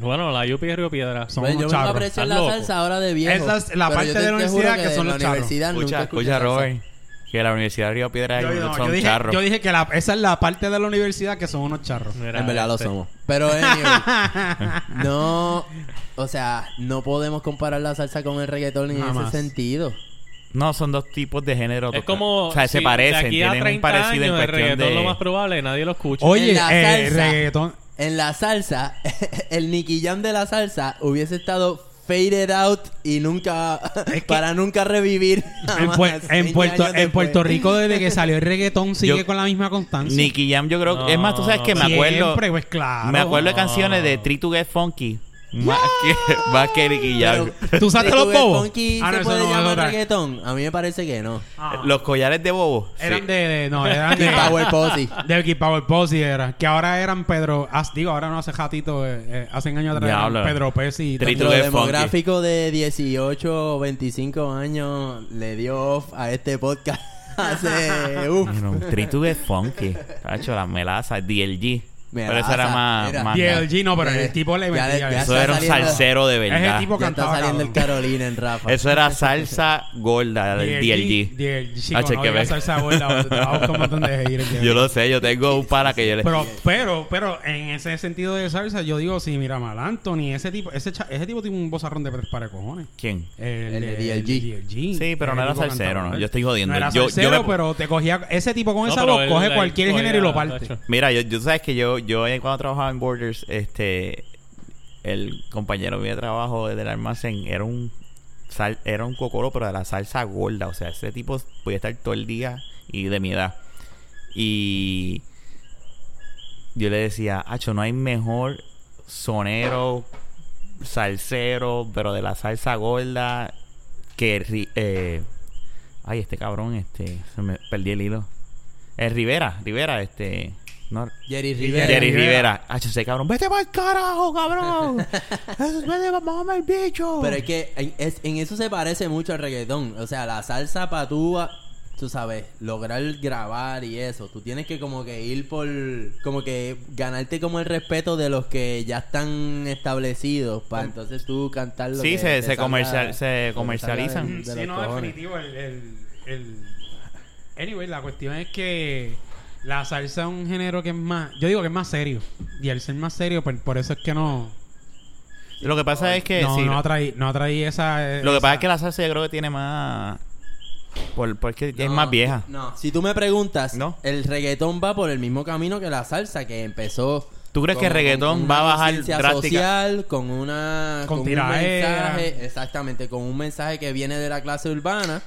bueno, la UP y Río Piedra. Son Pues unos yo vengo a charros. apreciar la Estás loco. salsa ahora de viejo. Esa es la Pero parte yo te- de la te juro universidad que que de son la los charros. universidad nunca Escucha, escuché escucha, salsa. Robert, que la Universidad de Río Piedra Yo, no, son yo dije, charros. yo dije que la- esa es la parte de la universidad que son unos charros. Mira, En verdad lo este. somos. Pero *laughs* anyway, no, o sea, no podemos comparar la salsa con el reggaetón en Jamás. ese sentido. No, son dos tipos de género. Es total. como. O sea, se si parecen, de aquí a tienen 30 un parecido en años, el cuestión reggaetón de... lo más probable es que nadie lo escucha. Oye, En la eh, salsa. reggaetón. En la salsa, *laughs* el Nicky Jam de la salsa hubiese estado faded out *laughs* y nunca para nunca revivir. En, jamás, Puer- en 20 Puerto, años en Puerto después. Rico, desde que salió el reggaetón, sigue Yo- con la misma constancia. Nicky Jam, yo creo... es más, tú sabes que me acuerdo... Siempre, pues claro. me acuerdo de canciones de Three to Get Funky. Más, que, más que Nicky Jam. Pero, ¿Tú usaste ¿Rico los Bell bobos? Funky Ah, no, se eso puede no, es llamar otra. reggaetón? A mí me parece que no. Ah, *laughs* Los collares de bobo. eran sí. de, de- No, eran Y de. Power *laughs* Posse. De Vicky Power Posse era. Que ahora eran Pedro. as- digo, ahora no hace ratito. eh, eh, hace años atrás. eran Diablo. Pedro Pesci. y Tri- todo. Nuestro Get demográfico de 18 o 25 años le dio off a este podcast *laughs* *laughs* hace... uf. Bueno, Three to Get Funky. Cacho, las melazas, DLG. Pero eso era Melaza, más... mira. más DLG, no, pero Eh, el tipo le ya le- metía ya eso. Eso era un saliendo- salsero de Es el verdad. tipo Ya está cantaba. saliendo el cabrón. Carolina en Rafa. Eso era salsa gorda, el DLG. DLG. Ah, chico, che, no que digas ve- salsa gorda, te va a buscar un montón de *laughs* haters, ya. Yo lo sé, yo tengo un para que yo le... Pero, pero, pero, en ese sentido de salsa, yo digo, sí, mira, mal Anthony, ese tipo, ese, cha- ese tipo tiene un bozarrón de tres pares de cojones. ¿Quién? El de DLG. Sí, pero no Ese era tipo salsero, cantaba. ¿no? Yo estoy jodiendo. No era Yo- yo salsero, me- pero te cogía... Ese tipo con No, esa pero voz él, coge like, cualquier género y lo cogía, parte. tacho. Mira, yo, yo sabes que yo, yo eh, cuando trabajaba en Borders, este, el compañero mío de trabajo del almacén era un sal- era un cocoro, pero de la salsa gorda. O sea, ese tipo podía estar todo el día y de mi edad. Y yo le decía, Acho, no hay mejor sonero, salsero, pero de la salsa gorda que Ri- eh, ay este cabrón este se me perdí el hilo es Rivera Rivera este no Jerry Rivera. Jerry Rivera Acho, ese cabrón vete para el carajo cabrón vete para mamá el bicho Pero es que en, es- en eso se parece mucho al reggaetón. O sea, la salsa para tú, a- tú sabes, lograr grabar y eso. Tú tienes que como que ir por... Como que ganarte como el respeto de los que ya están establecidos para entonces tú cantar lo Sí, que se- te se salga- comercial- se lo que comercializan. salga de- de Sí, los no, cojones. definitivo. El, el, el- Anyway, la cuestión es que la salsa es un género que es más... Yo digo que es más serio. Y al ser más serio, pues, por eso es que no... lo que pasa es que no, sí, no atraí, no atraí esa... lo que esa- pasa es que la salsa yo creo que tiene más por, porque es No, más vieja No, si tú me preguntas, ¿No? el reggaetón va por el mismo camino que la salsa que empezó. ¿Tú crees que el con- reggaetón con va a una bajar conciencia drástica? social, con una Con un tiraera. mensaje, exactamente, con un mensaje que viene de la clase urbana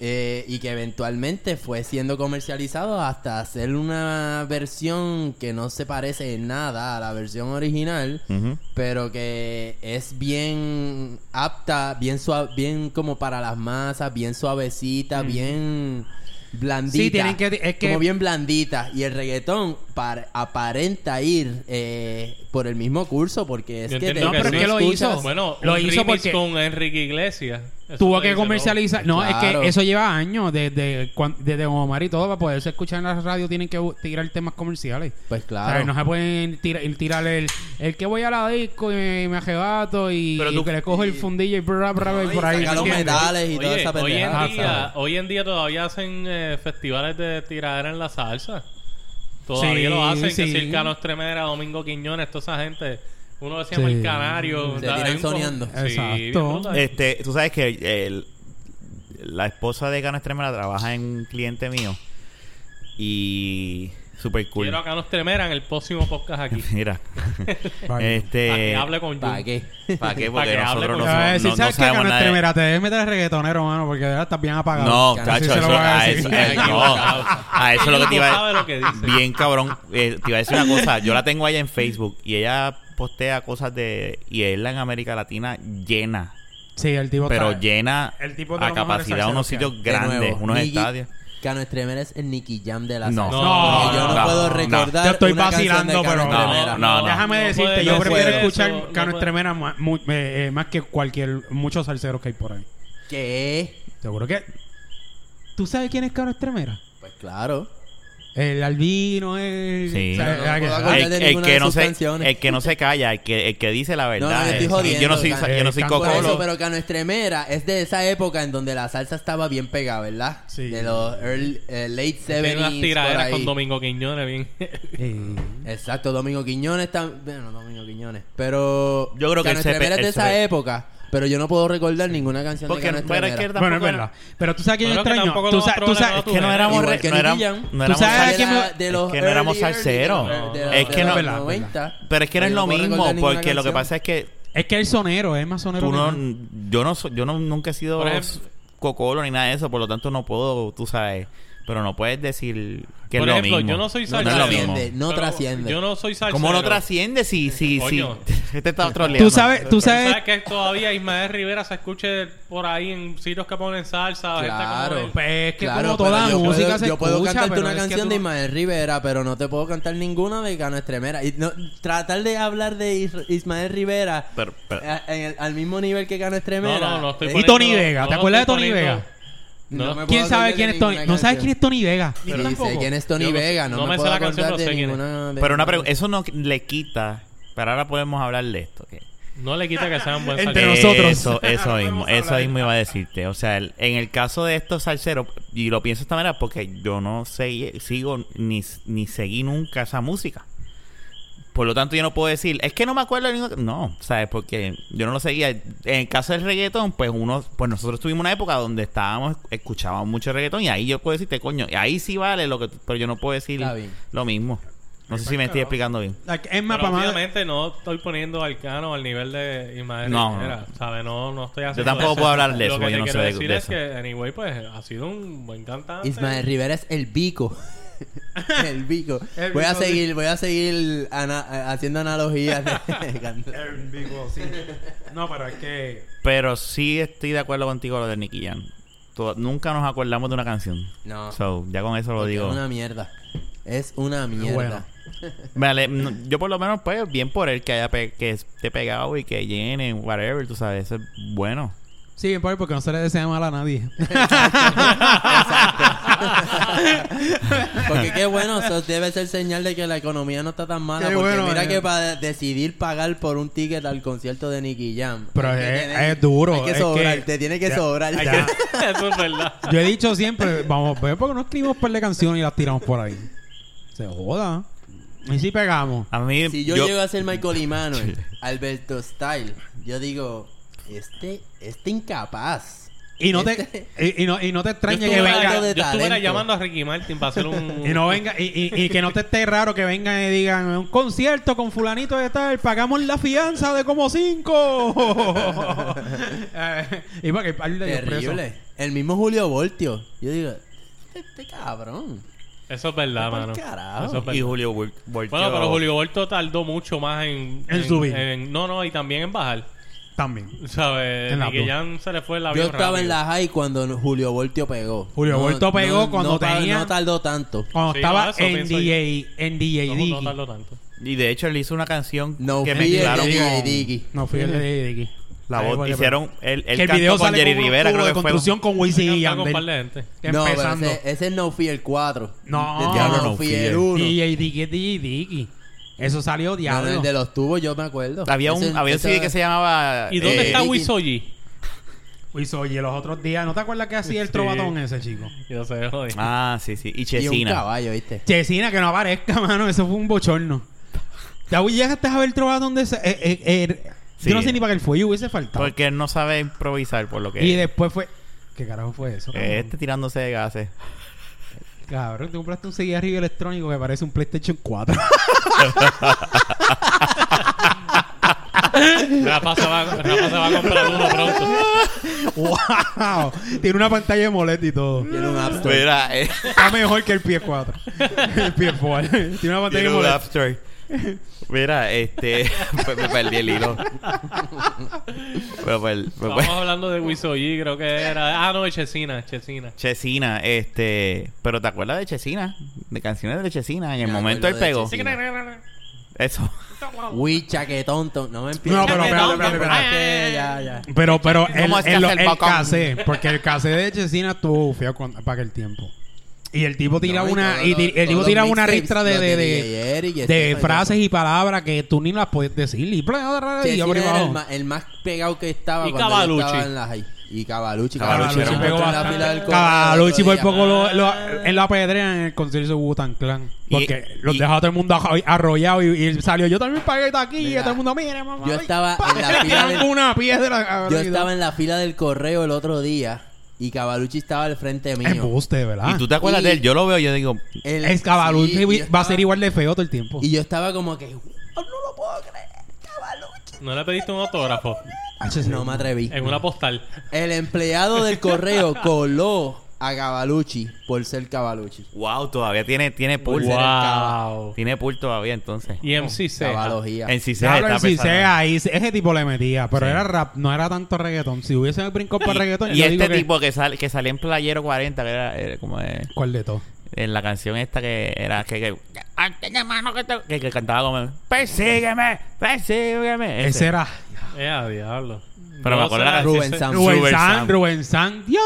eh, y que eventualmente fue siendo comercializado hasta hacer una versión que no se parece en nada a la versión original Ujú. pero que es bien apta, bien suave, bien como para las masas, bien suavecita, bien blandita. Sí, tienen que- es que- Como bien blandita. Y el reggaetón par- aparenta ir eh, por el mismo curso porque es Yo que... entiendo No, que pero sí. es que lo escuchas- hizo. Bueno, Lo un hizo remix porque- con Enrique Iglesias. Eso Tuvo lo que dice comercializar. No, es Claro. que eso lleva años. Desde, cuan- desde Omar y todo, para poderse escuchar en la radio, tienen que bu- tirar temas comerciales. Pues O sea, claro. no se pueden tira- ir tirar el, el que voy a la disco y me, me ajebato y, Pero y tú- que le cojo el fundillo y, bra, bra, bra, Y por ahí. saca los ¿entiendes? metales y todo. toda Oye, esa hoy, pendejada. en día, ¿sabes? hoy en día todavía hacen eh, festivales de tiradera en la salsa. Todavía Sí, lo hacen. sí. Que Circano Estremera, Domingo Quiñones, toda esa gente. Uno se llama Sí. el Canario. Se da- tiran hay un co- soneando. Sí, Exacto. bien brutal. Este, tú sabes que el- la esposa de Cano Extrema la trabaja en un cliente mío. Y Super cool. Este, Quiero a Canos Tremera en el próximo podcast aquí. *laughs* Mira. Vale. Para este. que hable con ¿Para Jun. qué? *laughs* ¿Para qué? Pa' Porque que hable nosotros con- no, A somos- no, no sabemos nada. de- te debes meter el reggaetonero, mano, porque de verdad estás bien apagado. No, Así chacho, se lo eso, voy a a eso, decir. eh, no, a eso es lo que te iba a No sabe Ah, lo que dice. Bien cabrón. Eh, te iba a decir una cosa. Yo la tengo allá en Facebook y ella postea cosas de Irlanda en América Latina llena. Sí, el tipo Pero está- llena el tipo de a los mejores capacidad unos salseros sitios De nuevo, grandes, unos Nicky- estadios. Cano Extremera es el Nicky Jam de la No. salsa. No, Porque yo no, no, puedo no. recordar Te estoy una canción de vacilando, Cano pero- Extremera. No, no. Déjame No decirte, puede yo ser prefiero eso, escuchar no Cano puede- Estremera ma- mu- eh, eh, más que cualquier muchos salseros que hay por ahí. ¿Qué? Seguro que. ¿Tú sabes quién es Cano Estremera? Pues claro. El albino, el. Sí. o sea, No, no ah, que- puedo ah, acordar El, de el ninguna de que no sus se, canciones. el que no se calla, el que, el que dice la verdad. no, yo estoy Eh, jodiendo, yo no soy, Cano. yo no soy Eh, Por Colo. eso, cocolo. pero Cano Extremera es de esa época en donde la salsa estaba bien pegada, ¿verdad? Sí. De los early- eh, late 70s. Tiene unas por tiraderas ahí. con Domingo Quiñones, bien. eh, Exacto, Domingo Quiñones también. Bueno, Domingo Quiñones. Pero. Yo creo que Cano él se Extremera pe- es de él se esa pe- época. Pero yo no puedo recordar ninguna canción Porque de Cano bueno, es que Extremera. tampoco Bueno, es era- verdad. Pero tú sabes que yo Bueno, que extraño. tampoco Tú nos sa- tú aprobaba sabes. la Es que no éramos, Igual re- que no Nicky éramos, Jam. no Tú éramos sabes salsa- que me- de los es que no éramos early, early, salseros. de los- de No. los- Es que de los no- 90. Pero es que no es Yo lo puedo mismo, recordar porque ninguna lo que canción. pasa es que Es que el sonero es más sonero. tú que no, nada. yo no, soy- yo no, nunca he sido Por ejemplo- cocolo ni nada de eso, por lo tanto no puedo, tú sabes, pero no puedes decir que Por es lo ejemplo, mismo. yo no soy no es salsero. lo mismo. Trasciende, No Pero trasciende. Yo no soy salsero. ¿Cómo no trasciende si, si, si *laughs* Coño. este está troleando? Tú sabes, tú ¿Sabes? sabes. que todavía Ismael Rivera se escuche por ahí en sitios que ponen salsa? gente Claro. como él. Pues es que Claro, como toda pero la yo música puedo, se yo puedo escucha, cantarte pero una es que canción tú de no- Ismael Rivera, pero no te puedo cantar ninguna de Cano Extremera. Y no- tratar de hablar de Is- Ismael Rivera Pero- pero- a- en el- al mismo nivel que Cano Extremera. No, no, no estoy eh, Y Tony Vega, ¿te lo acuerdas de estoy Tony poniendo- Vega? No. me puedo ¿Quién acordar sabe de quién es Tony? ninguna ¿No sabes canción. quién es Tony Vega? Pero Yo ni sé tampoco. quién es Tony Yo no sé- Vega, no, no me, me sé puedo la canción, acordar no de sé quién es. ninguna. de- pero una pregunta, eso no le quita, pero ahora podemos hablar de esto. ¿ok? No le quita que sean buen Entre salsero. nosotros. Eso, eso mismo, eso mismo iba a decirte. O sea, el- en el caso de estos salseros, y lo pienso de esta manera porque yo no sé, sigo ni, ni seguí nunca esa música. Por lo tanto, yo no puedo decir, es que no me acuerdo de ningún- No, ¿sabes? Porque yo no lo seguía. En el caso del reggaetón, pues uno, pues nosotros tuvimos una época donde estábamos, escuchábamos mucho reggaetón y ahí yo puedo decirte, coño, ahí sí vale lo que, tú- pero yo no puedo decir Está bien. lo mismo. No sé si me estoy explicando bien. Es más, Pero para más. obviamente no estoy poniendo al Cano al nivel de Ismael No, Rivera, ¿sabes? No, no estoy haciendo tampoco eso. puedo hablar de eso, Lo que porque te yo no quiero sé de- decir de es eso. que, anyway, pues, ha sido un buen cantante. Ismael Rivera es *laughs* el bico. el bico. El voy a bico de- seguir, voy a seguir ana- haciendo analogías. *laughs* de- No, pero es que. Pero sí estoy de acuerdo contigo lo de Nicky Jam. To- nunca nos acordamos de una canción. No. So, ya con eso lo Porque digo. Es una mierda. Es una mierda. Bueno. Me ale- no, yo por lo menos, pues, bien por él que haya pe- que esté pegado y que llene, whatever, tú sabes, eso es bueno. Sí, bien, pobre, porque no se le desea mal a nadie. Porque qué bueno, eso debe ser señal de que la economía no está tan mala. Qué porque bueno, mira eh. que para decidir pagar por un ticket al concierto de Nicky Jam. Pero hay que es- tener- es duro, Hay es que sobrar, que- te tiene que ya, sobrar. ya. eso es verdad. *laughs* Yo he dicho siempre, vamos, ver porque no escribimos un par de canciones y las tiramos por ahí. Se joda. Y si pegamos. A mí, *laughs* Si yo, yo- llego a ser Michael Immanuel, Alberto Style, yo digo, este, este incapaz. Y no te, *laughs* Este- y, y no, y no te Yo extrañe que estuviera, venga. de yo estuviera talento. llamando a Ricky Martin para hacer *laughs* un... Y no venga, y, y- y que no te esté raro que vengan y digan un concierto con fulanito de tal, pagamos la fianza de como *laughs* cinco. *laughs* Eh, y para que hay par de ellos presos. Terrible. El mismo Julio Voltio. Yo digo, este, este cabrón. Eso es verdad, mano. Por carajo. Eso es verdad. y Julio Vol- Voltio- Bueno, pero Julio Volto tardó mucho más en... En subir. en- no, no, y también en bajar. También. ¿Sabes? En la Nicky blue. Jam se le fue el Yo avión estaba en rápido. la high cuando Julio Voltio pegó. Julio Voltio pegó cuando no tar- tenía- No tardó tanto. Cuando Sí, estaba no, eso en pienso DJ, en DJ No, no Diggy. tardó tanto. Y de hecho, él hizo una canción No que fui el mezclaron DJ con Diggy. No fui el de DJ Diggy. la Ahí voz. voy, Hicieron, él, él que el cantó video con sale Jerry con un Rivera, tubo creo de que fue. construcción con Wisin Yo y estaba con un par Yandel. de gente. No, pero Empezando. ese, ese es No Fear 4. No. Del Diablo, diablo No No Fear Fear. 1. DJ Diggy es DJ Diggy. Eso salió No, no, diablo. el de los tubos yo me acuerdo. Había un, Ese- había un ese- CD que se llamaba... ¿Y dónde eh, está Ricky- Wisoji? Uy, Pues oye, los otros días, ¿no te acuerdas que hacía el Sí. trovatón ese chico? Yo sé, *laughs* joder. Ah, sí, sí. Y Y un Chesina. caballo, ¿viste? Chesina, que no aparezca, *laughs* mano. Eso fue un bochorno. Ya güey, llegaste a ver trovatón de ese. eh, eh, eh, Sí. Yo no sé ni para que el fuelle hubiese faltado. Porque él no sabe improvisar, por lo que... Este Y después fue. ¿Qué carajo fue eso? cabrón? Este tirándose de gases. Cabrón, te compraste un cigarrillo electrónico que parece un PlayStation 4. Rafa se, va, Rafa se va a comprar uno pronto. *laughs* ¡Wow! Tiene una pantalla de moleta y todo. Tiene un app store. Mira, eh, Está mejor que el pie 4. *laughs* El pie 4. Tiene una pantalla tiene de un moleta. after. Mira, este. *laughs* pues me perdí el hilo. Pero pues- pues- Estamos pues- hablando de Wisoyi, creo que era. Ah, no, de Chesina, Chesina. Chesina, este. Pero te acuerdas de Chesina, de canciones de Chesina. En el Me momento él acuerdo pegó. de Chesina. Eso. Uy, chaquetonto. No me empieces. No, pero espérate, espérate, espérate. Porque Ya, ya. Pero, pero el, ¿Cómo es que el, hace el el bacán? casé, porque el casé de Chesina estuvo feo con- para aquel tiempo. Y el tipo tira No, y una, todos y ti- los- el tipo todos tira los una mixtapes, ristra de, los de, DJ de, Eric y de Stefan frases y palabras que tú ni las puedes decir. Y bla, bla, bla, y Chesina yo por ahí era el, abajo. ma- el más pegado que estaba Y cuando yo Cavalucci. estaba en la high. Y Cavalucci. Cavalucci Cavalucci era un me pegó encontré en la bastante. fila del Colorado Cavalucci el otro por día. poco lo, lo- en la pedrea en el concierto de Wu-Tang Clan. Porque Y- los y- dejaba todo el mundo arro- arrollado y, y él salió. Yo también pagué aquí y Mira, todo el mundo, mira, mamá. yo estaba en la le fila tiraron del- con una piedra. Yo estaba en la fila del correo el otro día y Cavalucci estaba al frente mío. Embuste, ¿verdad? Y tú te acuerdas Y- de él. Yo lo veo, yo digo. El- Es Cavalucci sí, y yo va estaba- a ser igual de feo todo el tiempo. Y yo estaba como que, "Wow, no lo puedo creer, Cavalucci. ¿No le pediste un autógrafo? Ah, No me atreví. En una postal. El empleado del *laughs* correo coló a Cavalucci por ser Cavalucci. Wow, todavía tiene, tiene pool. Wow. Tiene pool todavía entonces. Y MC Ceja. Cabalogía. En Cisea Claro, está si pesado. sea ahí, ese tipo le metía, pero Sí. era rap, no era tanto reggaetón. Si hubiese brincado para reggaetón, Y yo este digo que- tipo que, sale que salía en Playero 40, que era, era como de- ¿Cuál de todo? en la canción esta que era que, que, Antes de mano que, te- que, que cantaba como persígueme, persígueme. Ese era Eh, a diablo. Pero me No, acuerdo o sea, la- Rubén ese- Sam. Rubén Rubén San, Sam. Rubén San, Dios.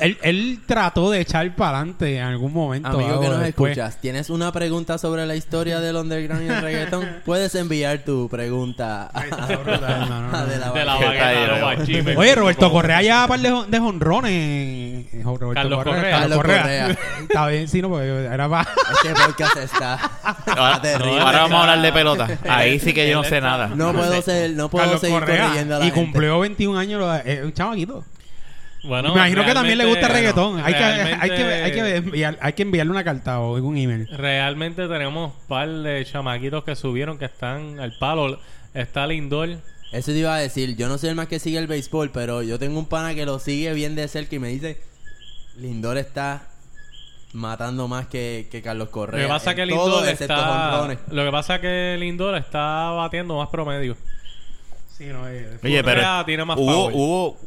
Él, él trató de echar para adelante en algún momento. Amigo algo que nos después. escuchas, ¿tienes una pregunta sobre la historia del underground y el *laughs* reggaetón? Puedes enviar tu pregunta a, brutal, no, no, *laughs* a no. de la De la Está ahí, Valle. bagueta, ahí, no, ahí. guachime. Oye, Roberto Correa ya par de, de jonrones. eh, Roberto Carlos Correa. Carlos Carlos Correa. Correa. *laughs* Está bien, sí, no, porque era para... *laughs* Este podcast está Ahora, terrible. ahora vamos a hablar de *laughs* pelota. Ahí sí que yo no sé nada. No puedo ser, no puedo Carlos seguir Correa. corrigiendo a la Y gente. cumplió 21 años, lo- eh, un chamaquito. Bueno, Imagino que también le gusta el realmente- reggaetón. Hay que, hay, que, realmente- hay, que enviar- hay que enviarle una carta o un email. Realmente tenemos un par de chamaquitos que subieron que están al palo. Está Lindor. Eso te iba a decir, yo no soy el más que sigue el béisbol, pero yo tengo un pana que lo sigue bien de cerca y me dice, Lindor está matando más que, que Carlos Lo Correa. que pasa en que todo, Lindor excepto está... jonrones". Lo que pasa que Lindor está batiendo más promedio. Sí, no, eh, Oye, pero Correa tiene más hubo, power. hubo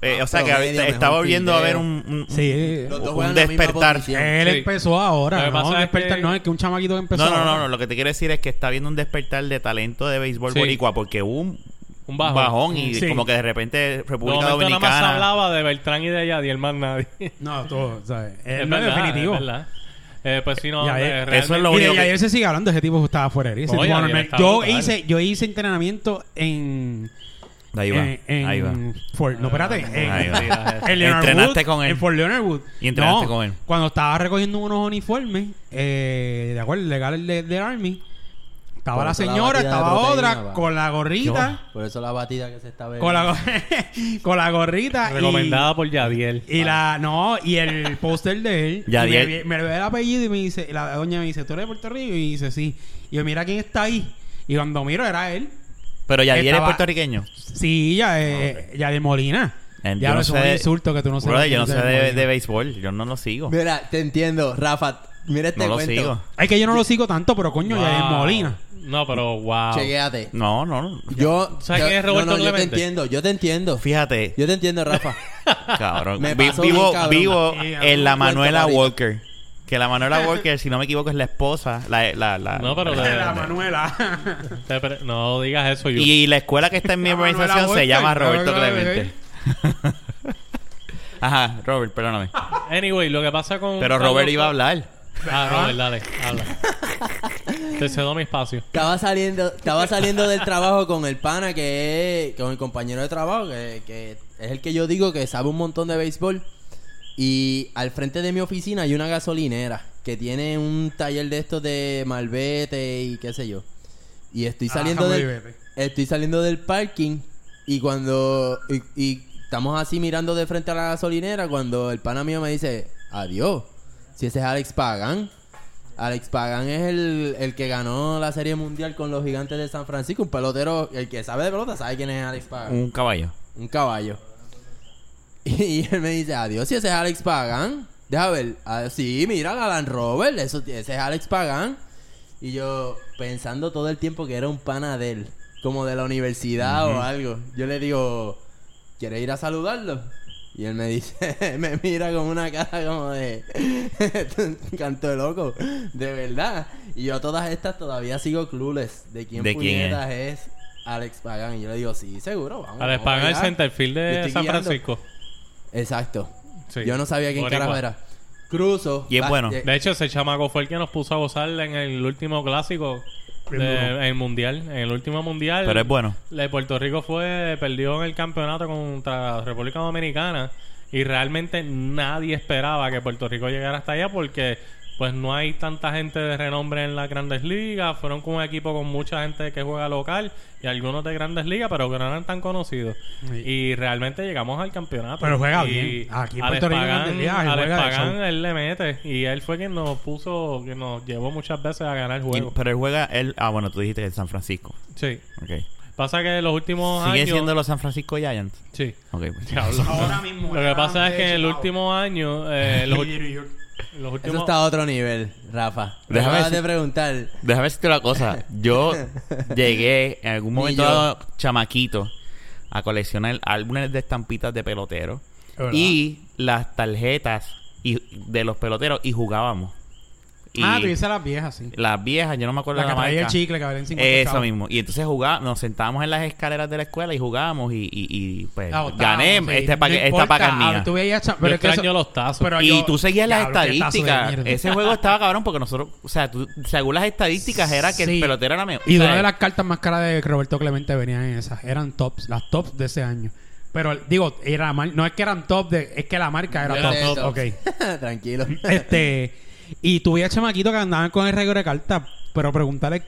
eh, Ah, o sea que promedio, ahorita mejor estaba volviendo a fildeo. ver un, un- Sí. Los un dos juegan la misma despertar. posición. Él Sí. empezó ahora. Lo que no, pasa Un es despertar- que- no, es que un chamaquito que empezó No, no, no, ahora. no, lo que te quiero decir es que está viendo un despertar de talento de béisbol Sí. boricua porque hubo un Un un bajón. Mm. bajón, y Sí. como que de repente de República momento nada más se Dominicana. hablaba de Beltrán y de Yadiel, más nadie. No, todo, ¿sabes? Él *laughs* Es no es verdad, definitivo. es verdad. Eh, pues sí, no. Ya, eh, eh, realmente- eso es lo Y de- único y que- ayer se sigue hablando, ese tipo estaba fuera de No, no, ya- ya está yo, brutal. hice, yo hice entrenamiento en. Ahí va, en- en ahí va. Fort- no, espérate. en- Ahí va. *laughs* en Leonard Entrenaste Wood, con él. En Fort Leonard Wood. Y entrenaste No, con él. Cuando estaba recogiendo unos uniformes, eh, de acuerdo, legales de- del Army, estaba Con la la señora, batida de estaba proteína, otra, va. con la gorrita. Por eso la batida que se está bebiendo. Con la, go- *laughs* con la gorrita. y- Recomendada por Yadiel. Y la, no, y el póster de él. Ya, y di me, el- vi- me ve el apellido y me dice, la doña me dice, ¿tú eres de Puerto Rico? Y dice, sí. Y yo, mira quién está ahí. Y cuando miro, era él. Pero ya eres Estaba- puertorriqueño. Sí, ya, eh, ya de Molina. En- yo ya lo no es un sé- insulto que tú no Ah, Brother, sabes. yo no sé quién es de, Molina. de béisbol, yo no lo sigo. Mira, te entiendo, Rafa. Mira este No lo cuento. sigo. Es que yo no lo sigo tanto, pero coño, ya de Wow. Molina. No, pero wow. Chequéate. No, no, no. Yo, ¿Sabes yo- quién es Roberto no, no, yo te Clemente? entiendo, yo te entiendo. *laughs* Fíjate, Yo te entiendo, Rafa. cabrón. Me Vi- pasó vivo bien, cabrón. vivo Sí, en la un cuento Manuela ahorita. Walker. Que la *laughs* Manuela Walker, si no me equivoco, es la esposa. La, la, la- No, *laughs* pero la- de- La *laughs* Manuela. Te pre- No digas eso, yo. Y la escuela que está en mi La Manuela organización se Walker, ¿eh? llama cabrón, Roberto cabrón, Clemente. *laughs* Ajá, Robert, perdóname. Anyway, lo que pasa con. Pero Robert iba a hablar. Ah, Robert, dale, habla. Te cedo mi espacio. Estaba saliendo, estaba saliendo del trabajo con el pana que es, con el compañero de trabajo, que, que es el que yo digo que sabe un montón de béisbol. Y al frente de mi oficina hay una gasolinera que tiene un taller de estos de malvete y qué sé yo. Y estoy Ah, saliendo del, malvete. estoy saliendo del parking y cuando y, y estamos así mirando de frente a la gasolinera cuando el pana mío me dice adiós Si ese es Alex Pagan. Alex Pagan es el, el que ganó la Serie Mundial con los gigantes de San Francisco. Un pelotero, el que sabe de pelota sabe quién es Alex Pagan. Un caballo. Un caballo. *laughs* Y él me dice, adiós, si ese es Alex Pagan. Deja ver. Ah, sí, mira, Alan Robert, eso, ese es Alex Pagan. Y yo pensando todo el tiempo que era un pana de él, como de la universidad o algo. Yo le digo, ¿quieres ir a saludarlo? Y él me dice, *laughs* me mira con una cara como de *laughs* canto de loco, de verdad. Y yo a todas estas todavía sigo clules de quién ¿De quién es? puñetas es? Alex Pagan. Y yo le digo, sí, seguro, vamos. Alex vamos Pagan el allá". centerfield Yo de estoy San guiando. Francisco. Exacto. Sí. Yo no sabía quién Boricua. carajo era. Cruzo. Y es va- bueno. eh, De hecho, ese chamaco fue el que nos puso a gozar en el último clásico. de- en el mundial. En el último mundial. Pero es bueno. La de Puerto Rico fue, perdió en el campeonato contra República Dominicana y realmente nadie esperaba que Puerto Rico llegara hasta allá porque pues no hay tanta gente de renombre en las grandes ligas, fueron con un equipo con mucha gente que juega local y algunos de grandes ligas, pero que no eran tan conocidos. Sí. Y realmente llegamos al campeonato. Pero juega Y bien. Aquí en Alex Puerto Rico en Pagán- grandes ligas, él Alex juega de Pagán, show. él le mete y él fue quien nos puso, que nos llevó muchas veces a ganar el Y- juego. pero él juega. Él, ah, bueno, tú dijiste que es San Francisco. Sí. Ok. Pasa que los últimos ¿Sigue años... siendo los San Francisco Giants? Sí. Ok. pues. Diablo. Ahora mismo Lo que era pasa es de que en el Chicago. último año, *laughs* eh, los, Y de New York. los últimos. Eso está a otro nivel, Rafa. Me Déjame Acabas decir- de preguntar. Déjame decirte una cosa. *laughs* Yo llegué en algún Ni momento yo. dado, chamaquito a coleccionar álbumes de estampitas de peloteros y las tarjetas y, de los peloteros y jugábamos. Y Ah, tú dices las viejas, sí. las viejas, yo no me acuerdo La la, que traía el marca. chicle que valía en 50 Eso chavos. mismo. Y entonces jugábamos, nos sentábamos en las escaleras de la escuela y jugábamos y, y, y, pues La botábamos, gané Ah, sí. este pa No esta importa, pacanía. ah, tú veías cha- Yo pero es que extraño eso- los tazos. pero Y yo- tú seguías las Diablo, qué tazo de estadísticas. mierda. Ese juego estaba cabrón porque nosotros, o sea, tú, según las estadísticas era que el Sí. pelotero era mejor. Y O sea, eh, una de las cartas más caras de Roberto Clemente venían en esas. Eran tops, las tops de ese año. Pero digo, era mal, no es que eran top, de, es que la marca era Yo sé top. eso. Ok. *laughs* Tranquilo. Este, y tuve a chamaquito que andaban con el regalo de carta, pero preguntarle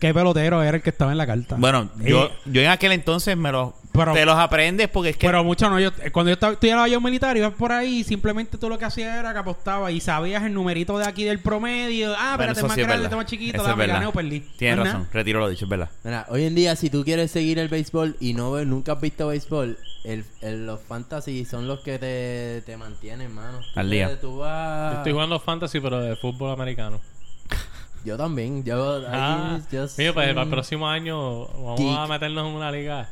qué pelotero era el que estaba en la carta. Eh, Bueno, Y- yo, yo en aquel entonces me los Pero- te los aprendes porque es que Pero mucho no, yo eh, cuando yo estaba, estudiaba yo militar, ibas por ahí, y simplemente tú lo que hacías era que apostaba y sabías el numerito de aquí del promedio. Ah, Bueno, espérate, eso más sí es grande, verdad. este más chiquito, Eso es dame, verdad. gané o perdí. tienes Más razón, nada. retiro lo dicho, es verdad. Mira, hoy en día, si tú quieres seguir el béisbol y no ve- nunca has visto béisbol, el, el- los fantasy son los que te, te mantienen, mano. Tú Al día. puedes- tú Yo vas- estoy jugando fantasy, pero de fútbol americano. Yo también. Yo, Ah, I just- mío, pues para el próximo año vamos geek. a meternos en una liga.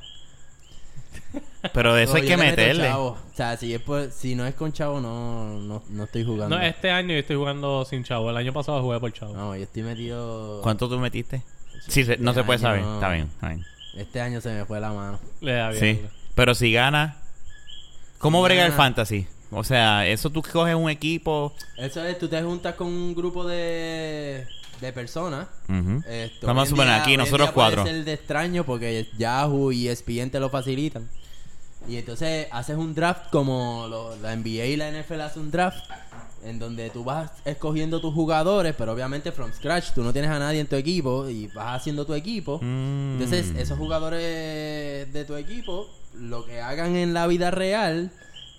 Pero de eso No, hay yo que le meto meterle. chavo. O sea, si, es por- si no es con chavo, no, no, no estoy jugando. No, este año yo estoy jugando sin chavo. El año pasado jugué por chavo. No, yo estoy metido. ¿Cuánto tú metiste? Sí, se- no se puede año. este saber. Está bien, está bien. Este año se me fue la mano. Le da bien. Sí. Pero si gana, ¿cómo Si brega el gana- fantasy? O sea, eso tú coges un equipo. Eso es, tú te juntas con un grupo de, de personas. Ujú. Esto, Vamos a hoy en suponer día- aquí, hoy en nosotros día puede cuatro. ser de extraño porque Yahoo y E ESPN te lo facilitan. Y entonces haces un draft como lo- la NBA y la NFL hace un draft en donde tú vas escogiendo tus jugadores, pero obviamente from scratch, tú no tienes a nadie en tu equipo y vas haciendo tu equipo. Mm. Entonces, esos jugadores de tu equipo, lo que hagan en la vida real,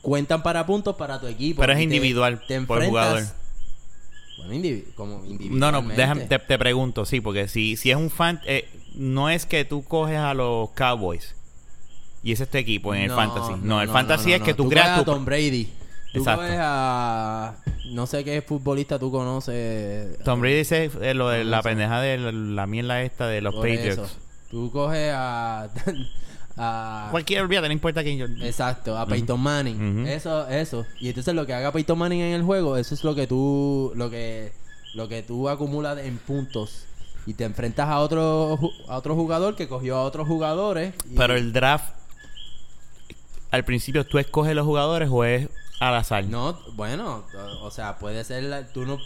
cuentan para puntos para tu equipo. Pero es Y te- individual te por enfrentas- jugador. Bueno, indivi- como No, no, individualmente. déjame, te, te pregunto, sí, porque si, si es un fan, eh, no es que tú coges a los Cowboys y ese es tu equipo en el fantasy. No, el fantasy no, es no. que tú, creas coges a tu. Tom Brady. Tú Exacto. coges a... No sé qué futbolista tú conoces. Tom Brady dice eh, lo de No, no la sé. pendeja de la, la mierda esta de los Por eso. Patriots. Tú coges a... *laughs* a- Cualquier olvídate, no importa quién yo. Exacto, a Peyton Manning. Ujú. Eso, eso. Y entonces lo que haga Peyton Manning en el juego, eso es lo que tú, lo que, lo que tú acumulas en puntos. Y te enfrentas a otro, ju- a otro jugador que cogió a otros jugadores. y- Pero el draft, al principio tú escoges los jugadores o es al azar. No, bueno, o- o sea, puede ser, la- tú no,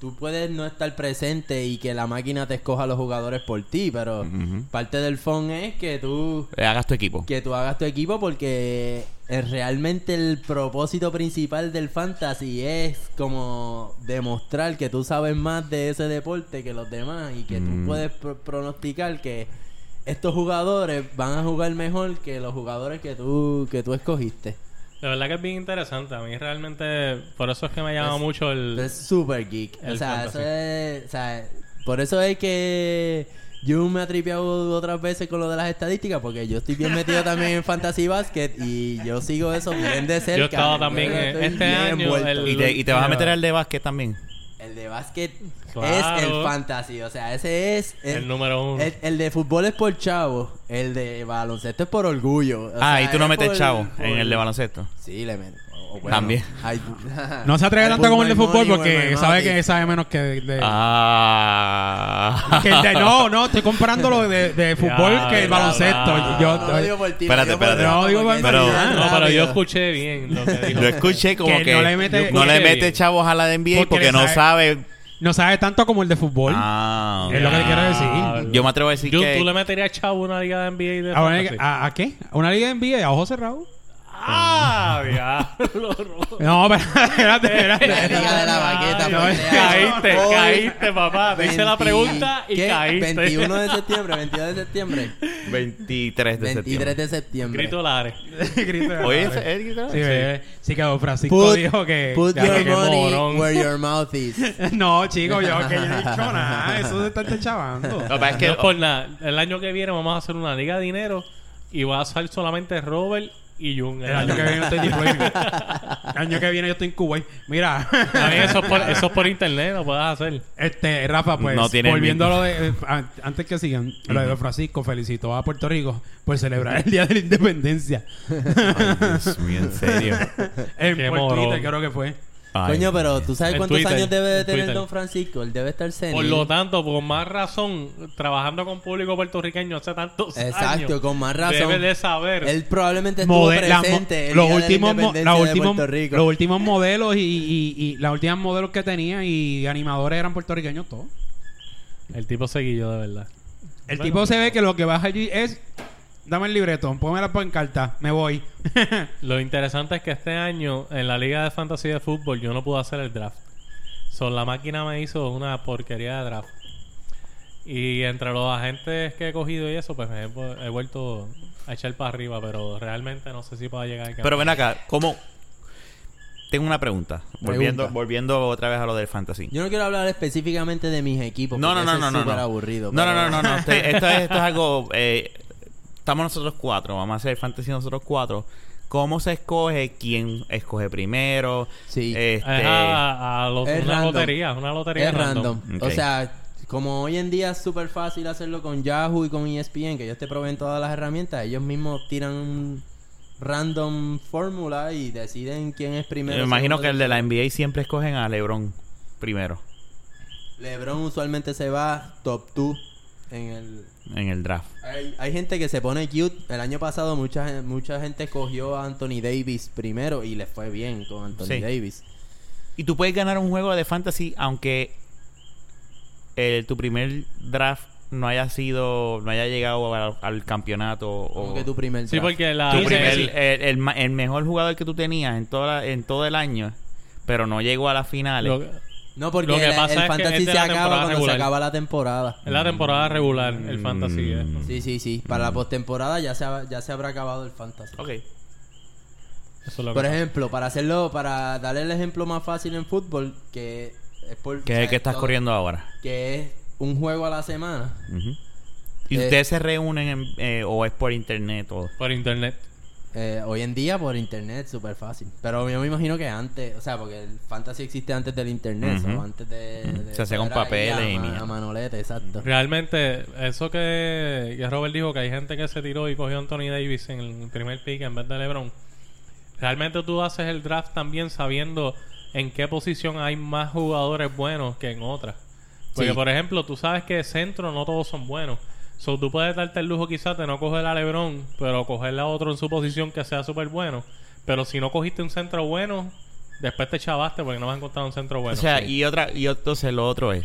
tú puedes no estar presente y que la máquina te escoja los jugadores por ti, pero Ujú. parte del fun es que tú Eh, Hagas tu equipo. que tú hagas tu equipo porque eh, realmente el propósito principal del fantasy es como demostrar que tú sabes más de ese deporte que los demás y que Mm. tú puedes pro- pronosticar que estos jugadores van a jugar mejor que los jugadores que tú que tú escogiste. La verdad que es bien interesante. A mí realmente, por eso es que me llama Es- mucho el... Es super geek. O el sea, fantasy. eso es, o sea, por eso es que yo me he tripeado otras veces con lo de las estadísticas, porque yo estoy bien metido también en Fantasy Basket y yo sigo eso bien de cerca. Yo estaba también, Yo eh, estoy este bien año, envuelto. el- Y te, y te vas a meter al de básquet también. El de básquet Claro. es el fantasy, o sea, ese es El número uno. El, el de fútbol es por chavo, el de baloncesto es por orgullo. o Ah, sea, y tú no es metes por- chavo por- en el de baloncesto. Sí, le meto. Oh, O- o También. *laughs* hay- No se atreve I tanto put como el de my fútbol money where porque my sabe mouth que is. sabe menos que de... de- Ah. que *laughs* el de- no, no, estoy comparando lo de, de fútbol Ya, que el bla, baloncesto. bla. Yo, No lo digo por ti, Espérate, lo por- espérate. No, digo por- porque es Pero- tan No, pero yo rápido. escuché *laughs* bien lo que dijo. Yo escuché como Que que, no le mete- no le mete bien. chavos a la de NBA porque, Porque le no sabe. no sabe tanto como el de fútbol. Ah, Es lo que ya. te quiero decir. Yo me atrevo a decir Yo- que. ¿Tú le meterías chavo una liga de NBA de Ah, ¿A, una- fantasy? a- a qué? ¿A una liga de NBA? ¿A ojo cerrado? ¡Ah, *laughs* diablo! Rob. No, *laughs* pero espérate, espérate. La liga de la Ay, baqueta. pues, no, caíste, hoy, caíste, papá. Te hice la 20 pregunta y ¿qué? caíste. 21 de septiembre, 22 de septiembre. 23 de 23 septiembre. de septiembre. *laughs* Grito Lares. *laughs* Grito de Oye, madre. ¿es- es- Sí, bebé. sí que don Francisco Put, dijo que... put Ya, your que- money morón. where your mouth is. *laughs* No, chico, yo que yo no he dicho nada. Eso se está chavando. Lo que pasa es que- No, pues. por nada. El año que viene vamos a hacer una liga de dinero y va a ser solamente Robert y Jung. El año que viene yo estoy en Kuwait. El año que viene yo estoy en Kuwait. Mira, También eso es por, eso es por internet, lo puedes hacer. este, Rafa, pues, No tiene el volviendo a lo de... eh, an- Antes que sigan, lo de Don Francisco felicitó a Puerto Rico por celebrar el Día de la Independencia. Ay, Dios mío, en serio. En Qué por morón. Twitter creo que fue. Ay. Coño, pero ¿tú sabes En cuántos Twitter, años debe de en tener Twitter. Don Francisco? Él debe estar senil. Por lo tanto, por más razón, trabajando con público puertorriqueño hace tantos años. Exacto, con más razón. Debe de saber. Él probablemente estuvo Mode- la mo- presente el los día de la últimos mo- independencia los de últimos- Puerto Rico. los últimos modelos y, y- y las últimas modelos que tenía y animadores eran puertorriqueños todos. El tipo seguillo, de verdad. El tipo se ve que lo que baja allí es dame el libreto, ponme la pancarta, me voy. Lo interesante es que este año en la Liga de Fantasy de Fútbol yo no pude hacer el draft. So, la máquina me hizo una porquería de draft. Y entre los agentes que he cogido y eso, pues me he, vu- he vuelto a echar para arriba, pero realmente no sé si pueda llegar al Pero campeonato. ven acá, ¿cómo? Tengo una pregunta. Volviendo, volviendo otra vez a lo del fantasy. Yo no quiero hablar específicamente de mis equipos. No, no, porque no, eso no, es no. súper no. aburrido. No, pero- no, no, no, no. *laughs* Este- esto, es, esto es algo. eh, estamos nosotros cuatro. Vamos a hacer fantasy nosotros cuatro. ¿Cómo se escoge? ¿Quién escoge primero? Sí. Este, Es Eh, a- a lo- Es una random. lotería, una lotería Es random. O Ok. sea, como hoy en día es súper fácil hacerlo con Yahoo y con E ESPN, que ellos te proveen todas las herramientas, ellos mismos tiran un random fórmula y deciden quién es primero. me imagino segundo, que el de la NBA siempre escogen a LeBron primero LeBron usualmente se va top 2 en el... en el draft. Hay, hay gente que se pone cute. El año pasado mucha, gen- mucha gente cogió a Anthony Davis primero y le fue bien con Anthony Sí. Davis. Y tú puedes ganar un juego de fantasy aunque eh, tu primer draft no haya sido, no haya llegado al, al campeonato. Como O que tu primer Sí, draft. porque la... Ah, tu sí, sí, primer- sí. el, el ma- el mejor jugador que tú tenías en, toda la- en todo el año, pero no llegó a las finales. Lo- No, porque Lo que la- pasa el es que fantasy es de se la acaba temporada cuando regular. se acaba la temporada. es la temporada regular, el fantasy. ¿eh? Mm. Sí, sí, sí. Para la postemporada ya se, ha- ya se habrá acabado el fantasy. Ok. Eso es lo que Por ejemplo, para hacerlo, para darle el ejemplo más fácil en fútbol, que es por, Que o es sea, el que estás todo- corriendo ahora. Que es un juego a la semana. Ujú. ¿Y Eh, ustedes se reúnen en- eh, o es por internet o...? Por internet. Eh, hoy en día por internet súper fácil. Pero yo me imagino que antes, o sea, porque el fantasy existe antes del internet, Ujú. o antes de. de Se hace con fuera ahí papeles y a, ma- mierda. a manolete, exacto. Realmente, eso que, que Robert dijo, que hay gente que se tiró y cogió a Anthony Davis en el primer pick en vez de LeBron. Realmente tú haces el draft también sabiendo en qué posición hay más jugadores buenos que en otras. Porque, Sí. por ejemplo, tú sabes que centro no todos son buenos. So, tú puedes darte el lujo quizás de no coger a LeBron, pero cogerle a otro en su posición que sea súper bueno. Pero si no cogiste un centro bueno, después te chavaste porque no vas a encontrar un centro bueno. o sea, Sí. y otra, y entonces lo otro es,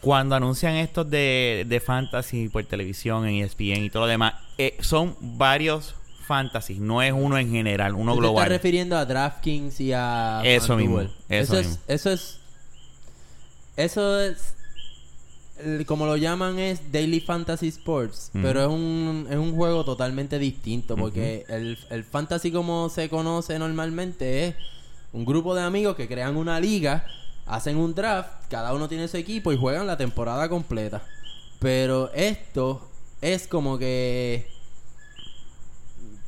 cuando anuncian estos de, de fantasy por televisión, en E ESPN y todo lo demás, eh, son varios fantasies, no es uno en general, uno ¿Tú te estás global. refiriendo a DraftKings y a Eso mismo, FanDuel? eso eso, es, mismo. eso es eso es el- como lo llaman es Daily Fantasy Sports, Ujú. pero es un, es un juego totalmente distinto porque el, el fantasy como se conoce normalmente es un grupo de amigos que crean una liga, hacen un draft, cada uno tiene su equipo y juegan la temporada completa. Pero esto es como que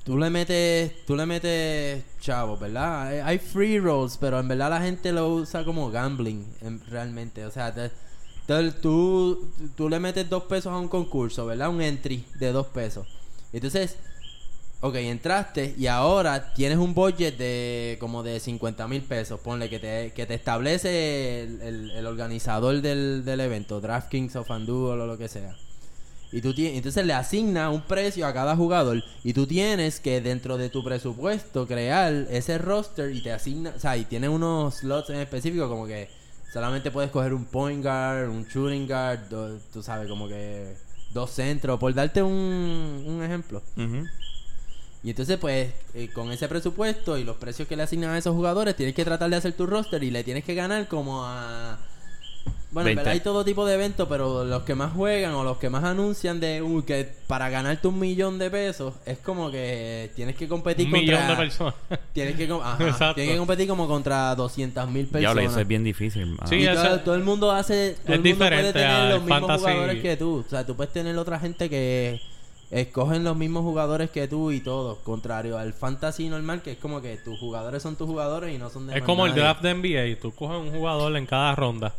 tú le metes, tú le metes chavos, ¿verdad? Eh, Hay- Hay free rolls, pero en verdad la gente lo usa como gambling, en- realmente. O sea, te- te- tú, tú le metes dos pesos a un concurso, ¿verdad? Un entry de dos pesos. Entonces, ok, entraste y ahora tienes un budget de como de 50 mil pesos. Ponle que te, que te establece el, el- el organizador del, del evento, DraftKings o FanDuel o lo que sea. Y tú tienes, entonces le asigna un precio a cada jugador y tú tienes que dentro de tu presupuesto crear ese roster y te asigna, o sea, y tiene unos slots en específico como que solamente puedes coger un point guard, un shooting guard, do- tú sabes, como que dos centros, por darte un, un ejemplo. Ujú. Y entonces, pues, eh, con ese presupuesto y los precios que le asignan a esos jugadores, tienes que tratar de hacer tu roster y le tienes que ganar como a... Bueno, en 20. verdad hay todo tipo de eventos, pero los que más juegan o los que más anuncian de uh, que para ganarte un millón de pesos es como que tienes que competir Un contra... millón de personas. Tienes que, *laughs* com- ajá, Exacto. tienes que competir como contra 200 mil personas. Diablo, eso es bien difícil, ah. mano. Sí, Y eso- todo, todo el mundo hace. Todo el mundo puede diferente tener al los mismos fantasy. jugadores que tú. O sea, tú puedes tener otra gente que escogen los mismos jugadores que tú y todo. Contrario al fantasy normal, que es como que tus jugadores son tus jugadores y no son de. Es más como el nadie. draft de NBA. Tú coges un jugador en cada ronda.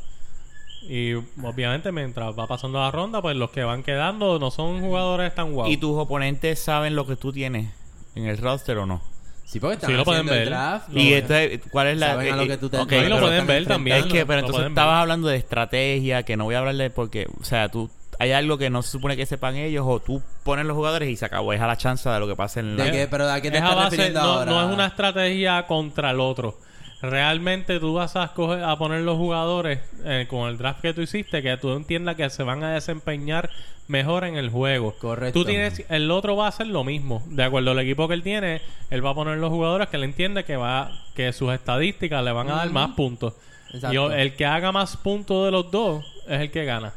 Y obviamente mientras va pasando la ronda, pues los que van quedando no son jugadores tan guapos. ¿Y tus oponentes saben lo que tú tienes en el roster o no? Sí, porque están Sí, lo pueden haciendo el ver. draft. y lo- este, ¿cuál es la...? Saben a lo eh, que tú te- ok, lo que lo pero- pueden ver también. Es que, pero Lo entonces pueden ver. estabas hablando de estrategia, que no voy a hablarle porque, o sea, tú, hay algo que no se supone que sepan ellos, o tú pones los jugadores y se acabó, es a la chance de lo que pasa en la... ¿De qué? ¿Pero a qué te Es a estás base- refiriendo no, ahora? no es una estrategia contra el otro. Realmente tú vas a, escoger- a poner los jugadores eh, con el draft que tú hiciste que tú entiendas que se van a desempeñar mejor en el juego. Correcto. Tú tienes, el otro va a hacer lo mismo. De acuerdo al equipo que él tiene, él va a poner los jugadores que él entiende que va que sus estadísticas le van a dar más puntos. Exacto. Y o- el que haga más puntos de los dos es el que gana.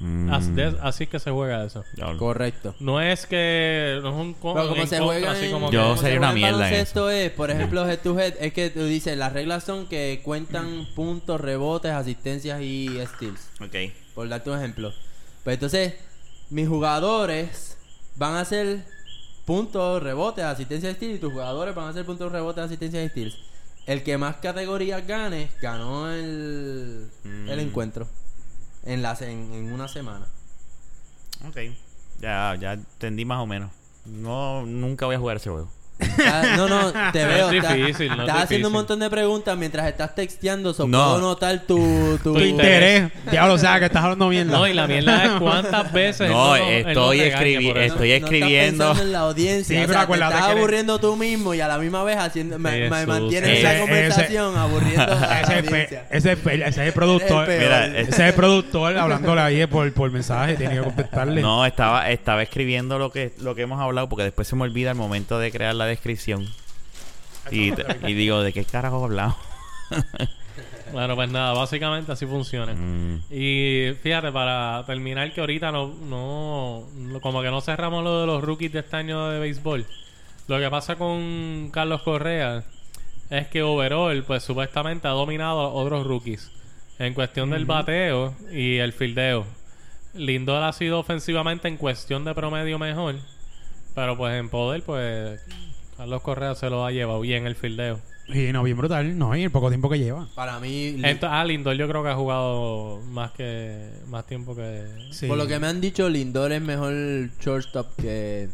Mm. Así, de- así es que se juega eso. Diablo. Correcto. No es que no es un co- Pero como en se contra, juega así en- como como que- Yo se sería juega una en mierda en baloncesto es, por ejemplo, head to head, es que tú dices, las reglas son que cuentan puntos, rebotes, asistencias y steals. Ok. por darte un ejemplo. Pues entonces, mis jugadores van a hacer puntos, rebotes, asistencia de steals y tus jugadores van a hacer puntos, rebotes, asistencia de steals. El que más categorías gane, ganó el, Mm. el encuentro en, la, se- en, en una semana. Ok. Ya, ya entendí más o menos. No, nunca voy a jugar ese juego. Ah, No, *laughs* no, te No veo. es estás- difícil, no es estás haciendo un difícil. montón de preguntas mientras estás texteando. So No. Puedo notar tu, tu, Tu interés. Interés. Diablo, o sea, que estás hablando mierda. No, y la mierda es cuántas veces. *laughs* No, él él estoy regaña escribi- por eso. estoy No- no estás escribiendo. pensando en la audiencia. Sí, o pero sea, te acuérdate estás que eres- aburriendo tú mismo y a la misma vez haciendo, me, me Jesús, mantienes ese- esa ese- conversación aburriendo a la Ese es, pe- eh, audiencia. ese, es pe- ese es el productor. Eres el Mira, peor. eh, Ese es el productor hablándole ahí por, por mensaje. Tiene que contestarle. No, estaba, estaba escribiendo lo que, lo que hemos hablado porque después se me olvida el momento de crear la descripción. Y, y digo, ¿de qué carajo hablamos? Bueno, pues nada, básicamente así funciona. Mm. Y fíjate, para terminar, que ahorita no, no, no- Como que no cerramos lo de los rookies de este año de béisbol. Lo que pasa con Carlos Correa es que Overall, pues supuestamente ha dominado a otros rookies. En cuestión del bateo y el fildeo. Lindor ha sido ofensivamente en cuestión de promedio mejor. Pero pues en poder, pues. Carlos Correa se lo ha llevado. Y en el fildeo. Y no, bien brutal. No, y el poco tiempo que lleva. Para eh, mí, Lin- Ento- ah, Lindor yo creo que ha jugado más que más tiempo que Sí. por lo que me han dicho, Lindor es mejor shortstop que,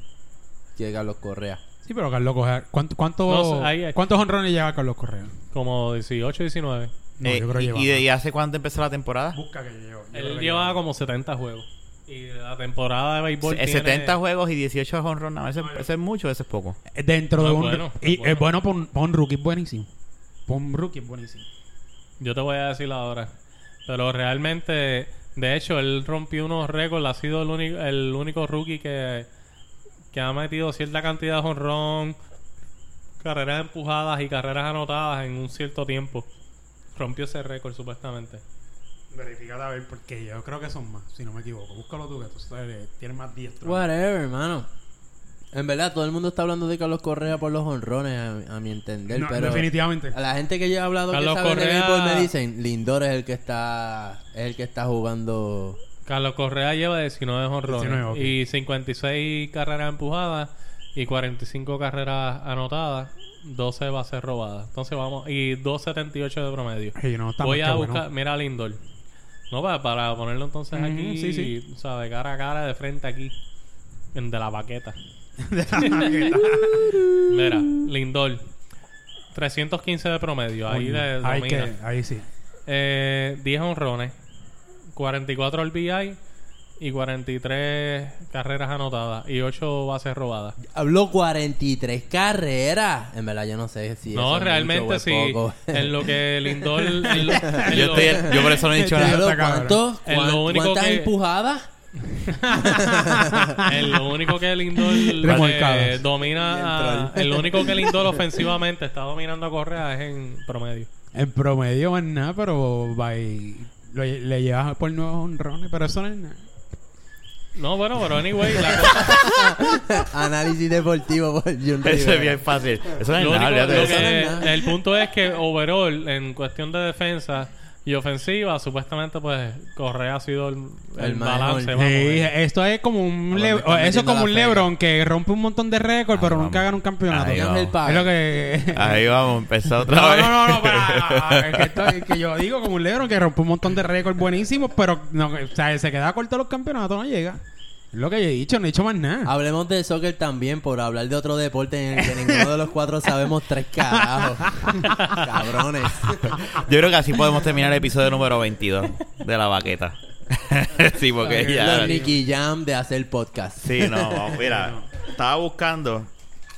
que Carlos Correa. Sí, pero Carlos Correa. ¿Cuánto, cuánto, No sé, ahí es. ¿Cuántos honrones lleva Carlos Correa? como 18, 19. No, Eh, yo creo que y- lleva. ¿Y, de- y hace cuánto empezó la temporada? Busca que lleva. Él llevaba como 70 juegos. Y la temporada de béisbol Se- tiene... 70 juegos y 18 honrón. No, eso, eso es mucho, eso es poco. Dentro de No, un. bueno, y bueno. es bueno para un, para un rookie, es buenísimo. Para un rookie, es buenísimo. Yo te voy a decir ahora. Pero realmente, de hecho, él rompió unos récords. Ha sido el único, el único rookie que, que ha metido cierta cantidad de jonrón, carreras empujadas y carreras anotadas en un cierto tiempo. Rompió ese récord, supuestamente. Verificate a ver, porque yo creo que son más, si no me equivoco. Búscalo tú, que tú sabes, tienes más diestro. Whatever, hermano. En verdad, todo el mundo está hablando de Carlos Correa por los honrones, a, a mi entender. No, pero definitivamente. A la gente que yo he hablado Carlos que sabe de Correa- béisbol me dicen, Lindor es el que está, es el que está jugando. Carlos Correa lleva 19 honrones 19, ok. y 56 carreras empujadas y 45 carreras anotadas, 12 bases robadas. Entonces vamos y 2.78 de promedio. Ey, no, está Voy más a que bueno. buscar, mira a Lindor. No, para, para ponerlo entonces Ujú, aquí, sí, sí. o sea, de cara a cara, de frente aquí, en de *laughs* la baqueta. Mira, Lindor, 315 de promedio, ahí Coño, de ahí, domina. que, ahí sí. Eh, 10 honrones, 44 RBI y 43 carreras anotadas y 8 bases robadas. Habló 43 carreras. En verdad, yo no sé si eso no, es realmente mucho sí. o es poco. *laughs* *laughs* En lo que Lindor. en lo- en Yo, lo- estoy, yo por eso no *laughs* he dicho Este, nada. Habló, está cabrón. ¿cuántos? Es lo ¿Cuán- único ¿Cuántas que- empujadas? *laughs* *laughs* en lo único que Lindor eh, Remolcadas. domina. a- *laughs* en lo único que Lindor ofensivamente está dominando a Correa es en promedio. En promedio más nada, pero by- lo- le llevas por nuevos honrones, pero eso no es nada. No, bueno, pero anyway, la *laughs* cosa, Análisis deportivo por Jun *laughs* Eso es Rivera. bien fácil. Eso no es lo nada, único- olvídate de lo eso. que- Eso no es nada. el punto es que overall, en cuestión de defensa y ofensiva, supuestamente pues Correa ha sido el, el El mejor. balance. Sí, vamos, eh. esto es como un Vamos, Le- me están eso es metiendo como la un fe. LeBron que rompe un montón de récords, Ahí pero Ah, vamos. nunca gana un campeonato. Ahí Es vamos. Ángel Paga. lo que *laughs* Ahí vamos, empezó otra No, vez. no, *laughs* no, no, para, es que, esto- es que yo digo como un LeBron que rompe un montón de récords buenísimos, pero no, o sea, se queda corto los campeonatos, no llega. Es lo que yo he dicho, no he dicho más nada. Hablemos de soccer también, por hablar de otro deporte en el que ninguno de los cuatro sabemos tres *laughs* carajos. Cabrones. Yo creo que así podemos terminar el episodio número 22 de la baqueta. *laughs* sí, porque ya. Los Nicky Jam de hacer podcast. Sí, no, vamos, mira, estaba buscando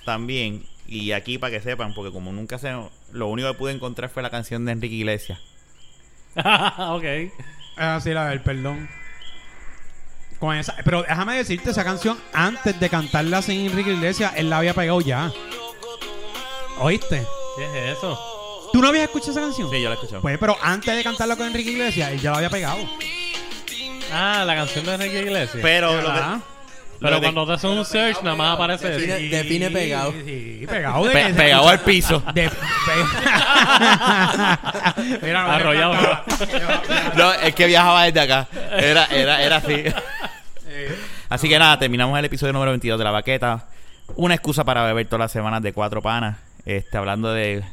también, y aquí para que sepan, porque como nunca se. Lo único que pude encontrar fue la canción de Enrique Iglesias. *laughs* ok. Ah, sí, la del perdón. Con esa, pero déjame decirte, esa canción, antes de cantarla sin Enrique Iglesias, él la había pegado ya. ¿Oíste? ¿Qué es eso? ¿Tú no habías escuchado esa canción? yo la escuché. Pues, pero antes de cantarla con Enrique Iglesias, él ya la había pegado. Ah, la canción de Enrique Iglesias. Pero lo que- Ah, Pero lo que- cuando te haces un search, nada más aparece eso. Define- define pegado. Sí, pegado. De, Pe- de- pegado al piso. *laughs* de- *laughs* pe- Mira, no, *laughs* Arrollado. No, es que viajaba desde acá. Era, era, era así. Eh. Así que nada, terminamos el episodio número 22 de La Baqueta. Una excusa para beber todas las semanas de cuatro panas. Este, hablando de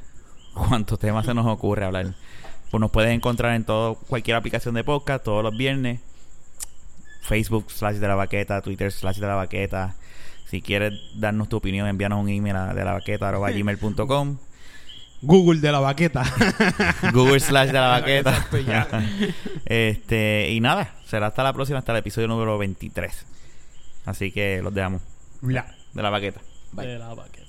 cuántos temas se nos ocurre hablar. Pues nos puedes encontrar en todo, cualquier aplicación de podcast, todos los viernes. Facebook slash de la baqueta, Twitter slash de la baqueta. Si quieres darnos tu opinión, envíanos un email a de la baqueta arroba gmail.com. Google de la baqueta. *laughs* Google slash de la baqueta. este, y nada, será hasta la próxima, hasta el episodio número 23. Así que los dejamos. Bla. De la baqueta. Bye. De la vaquera.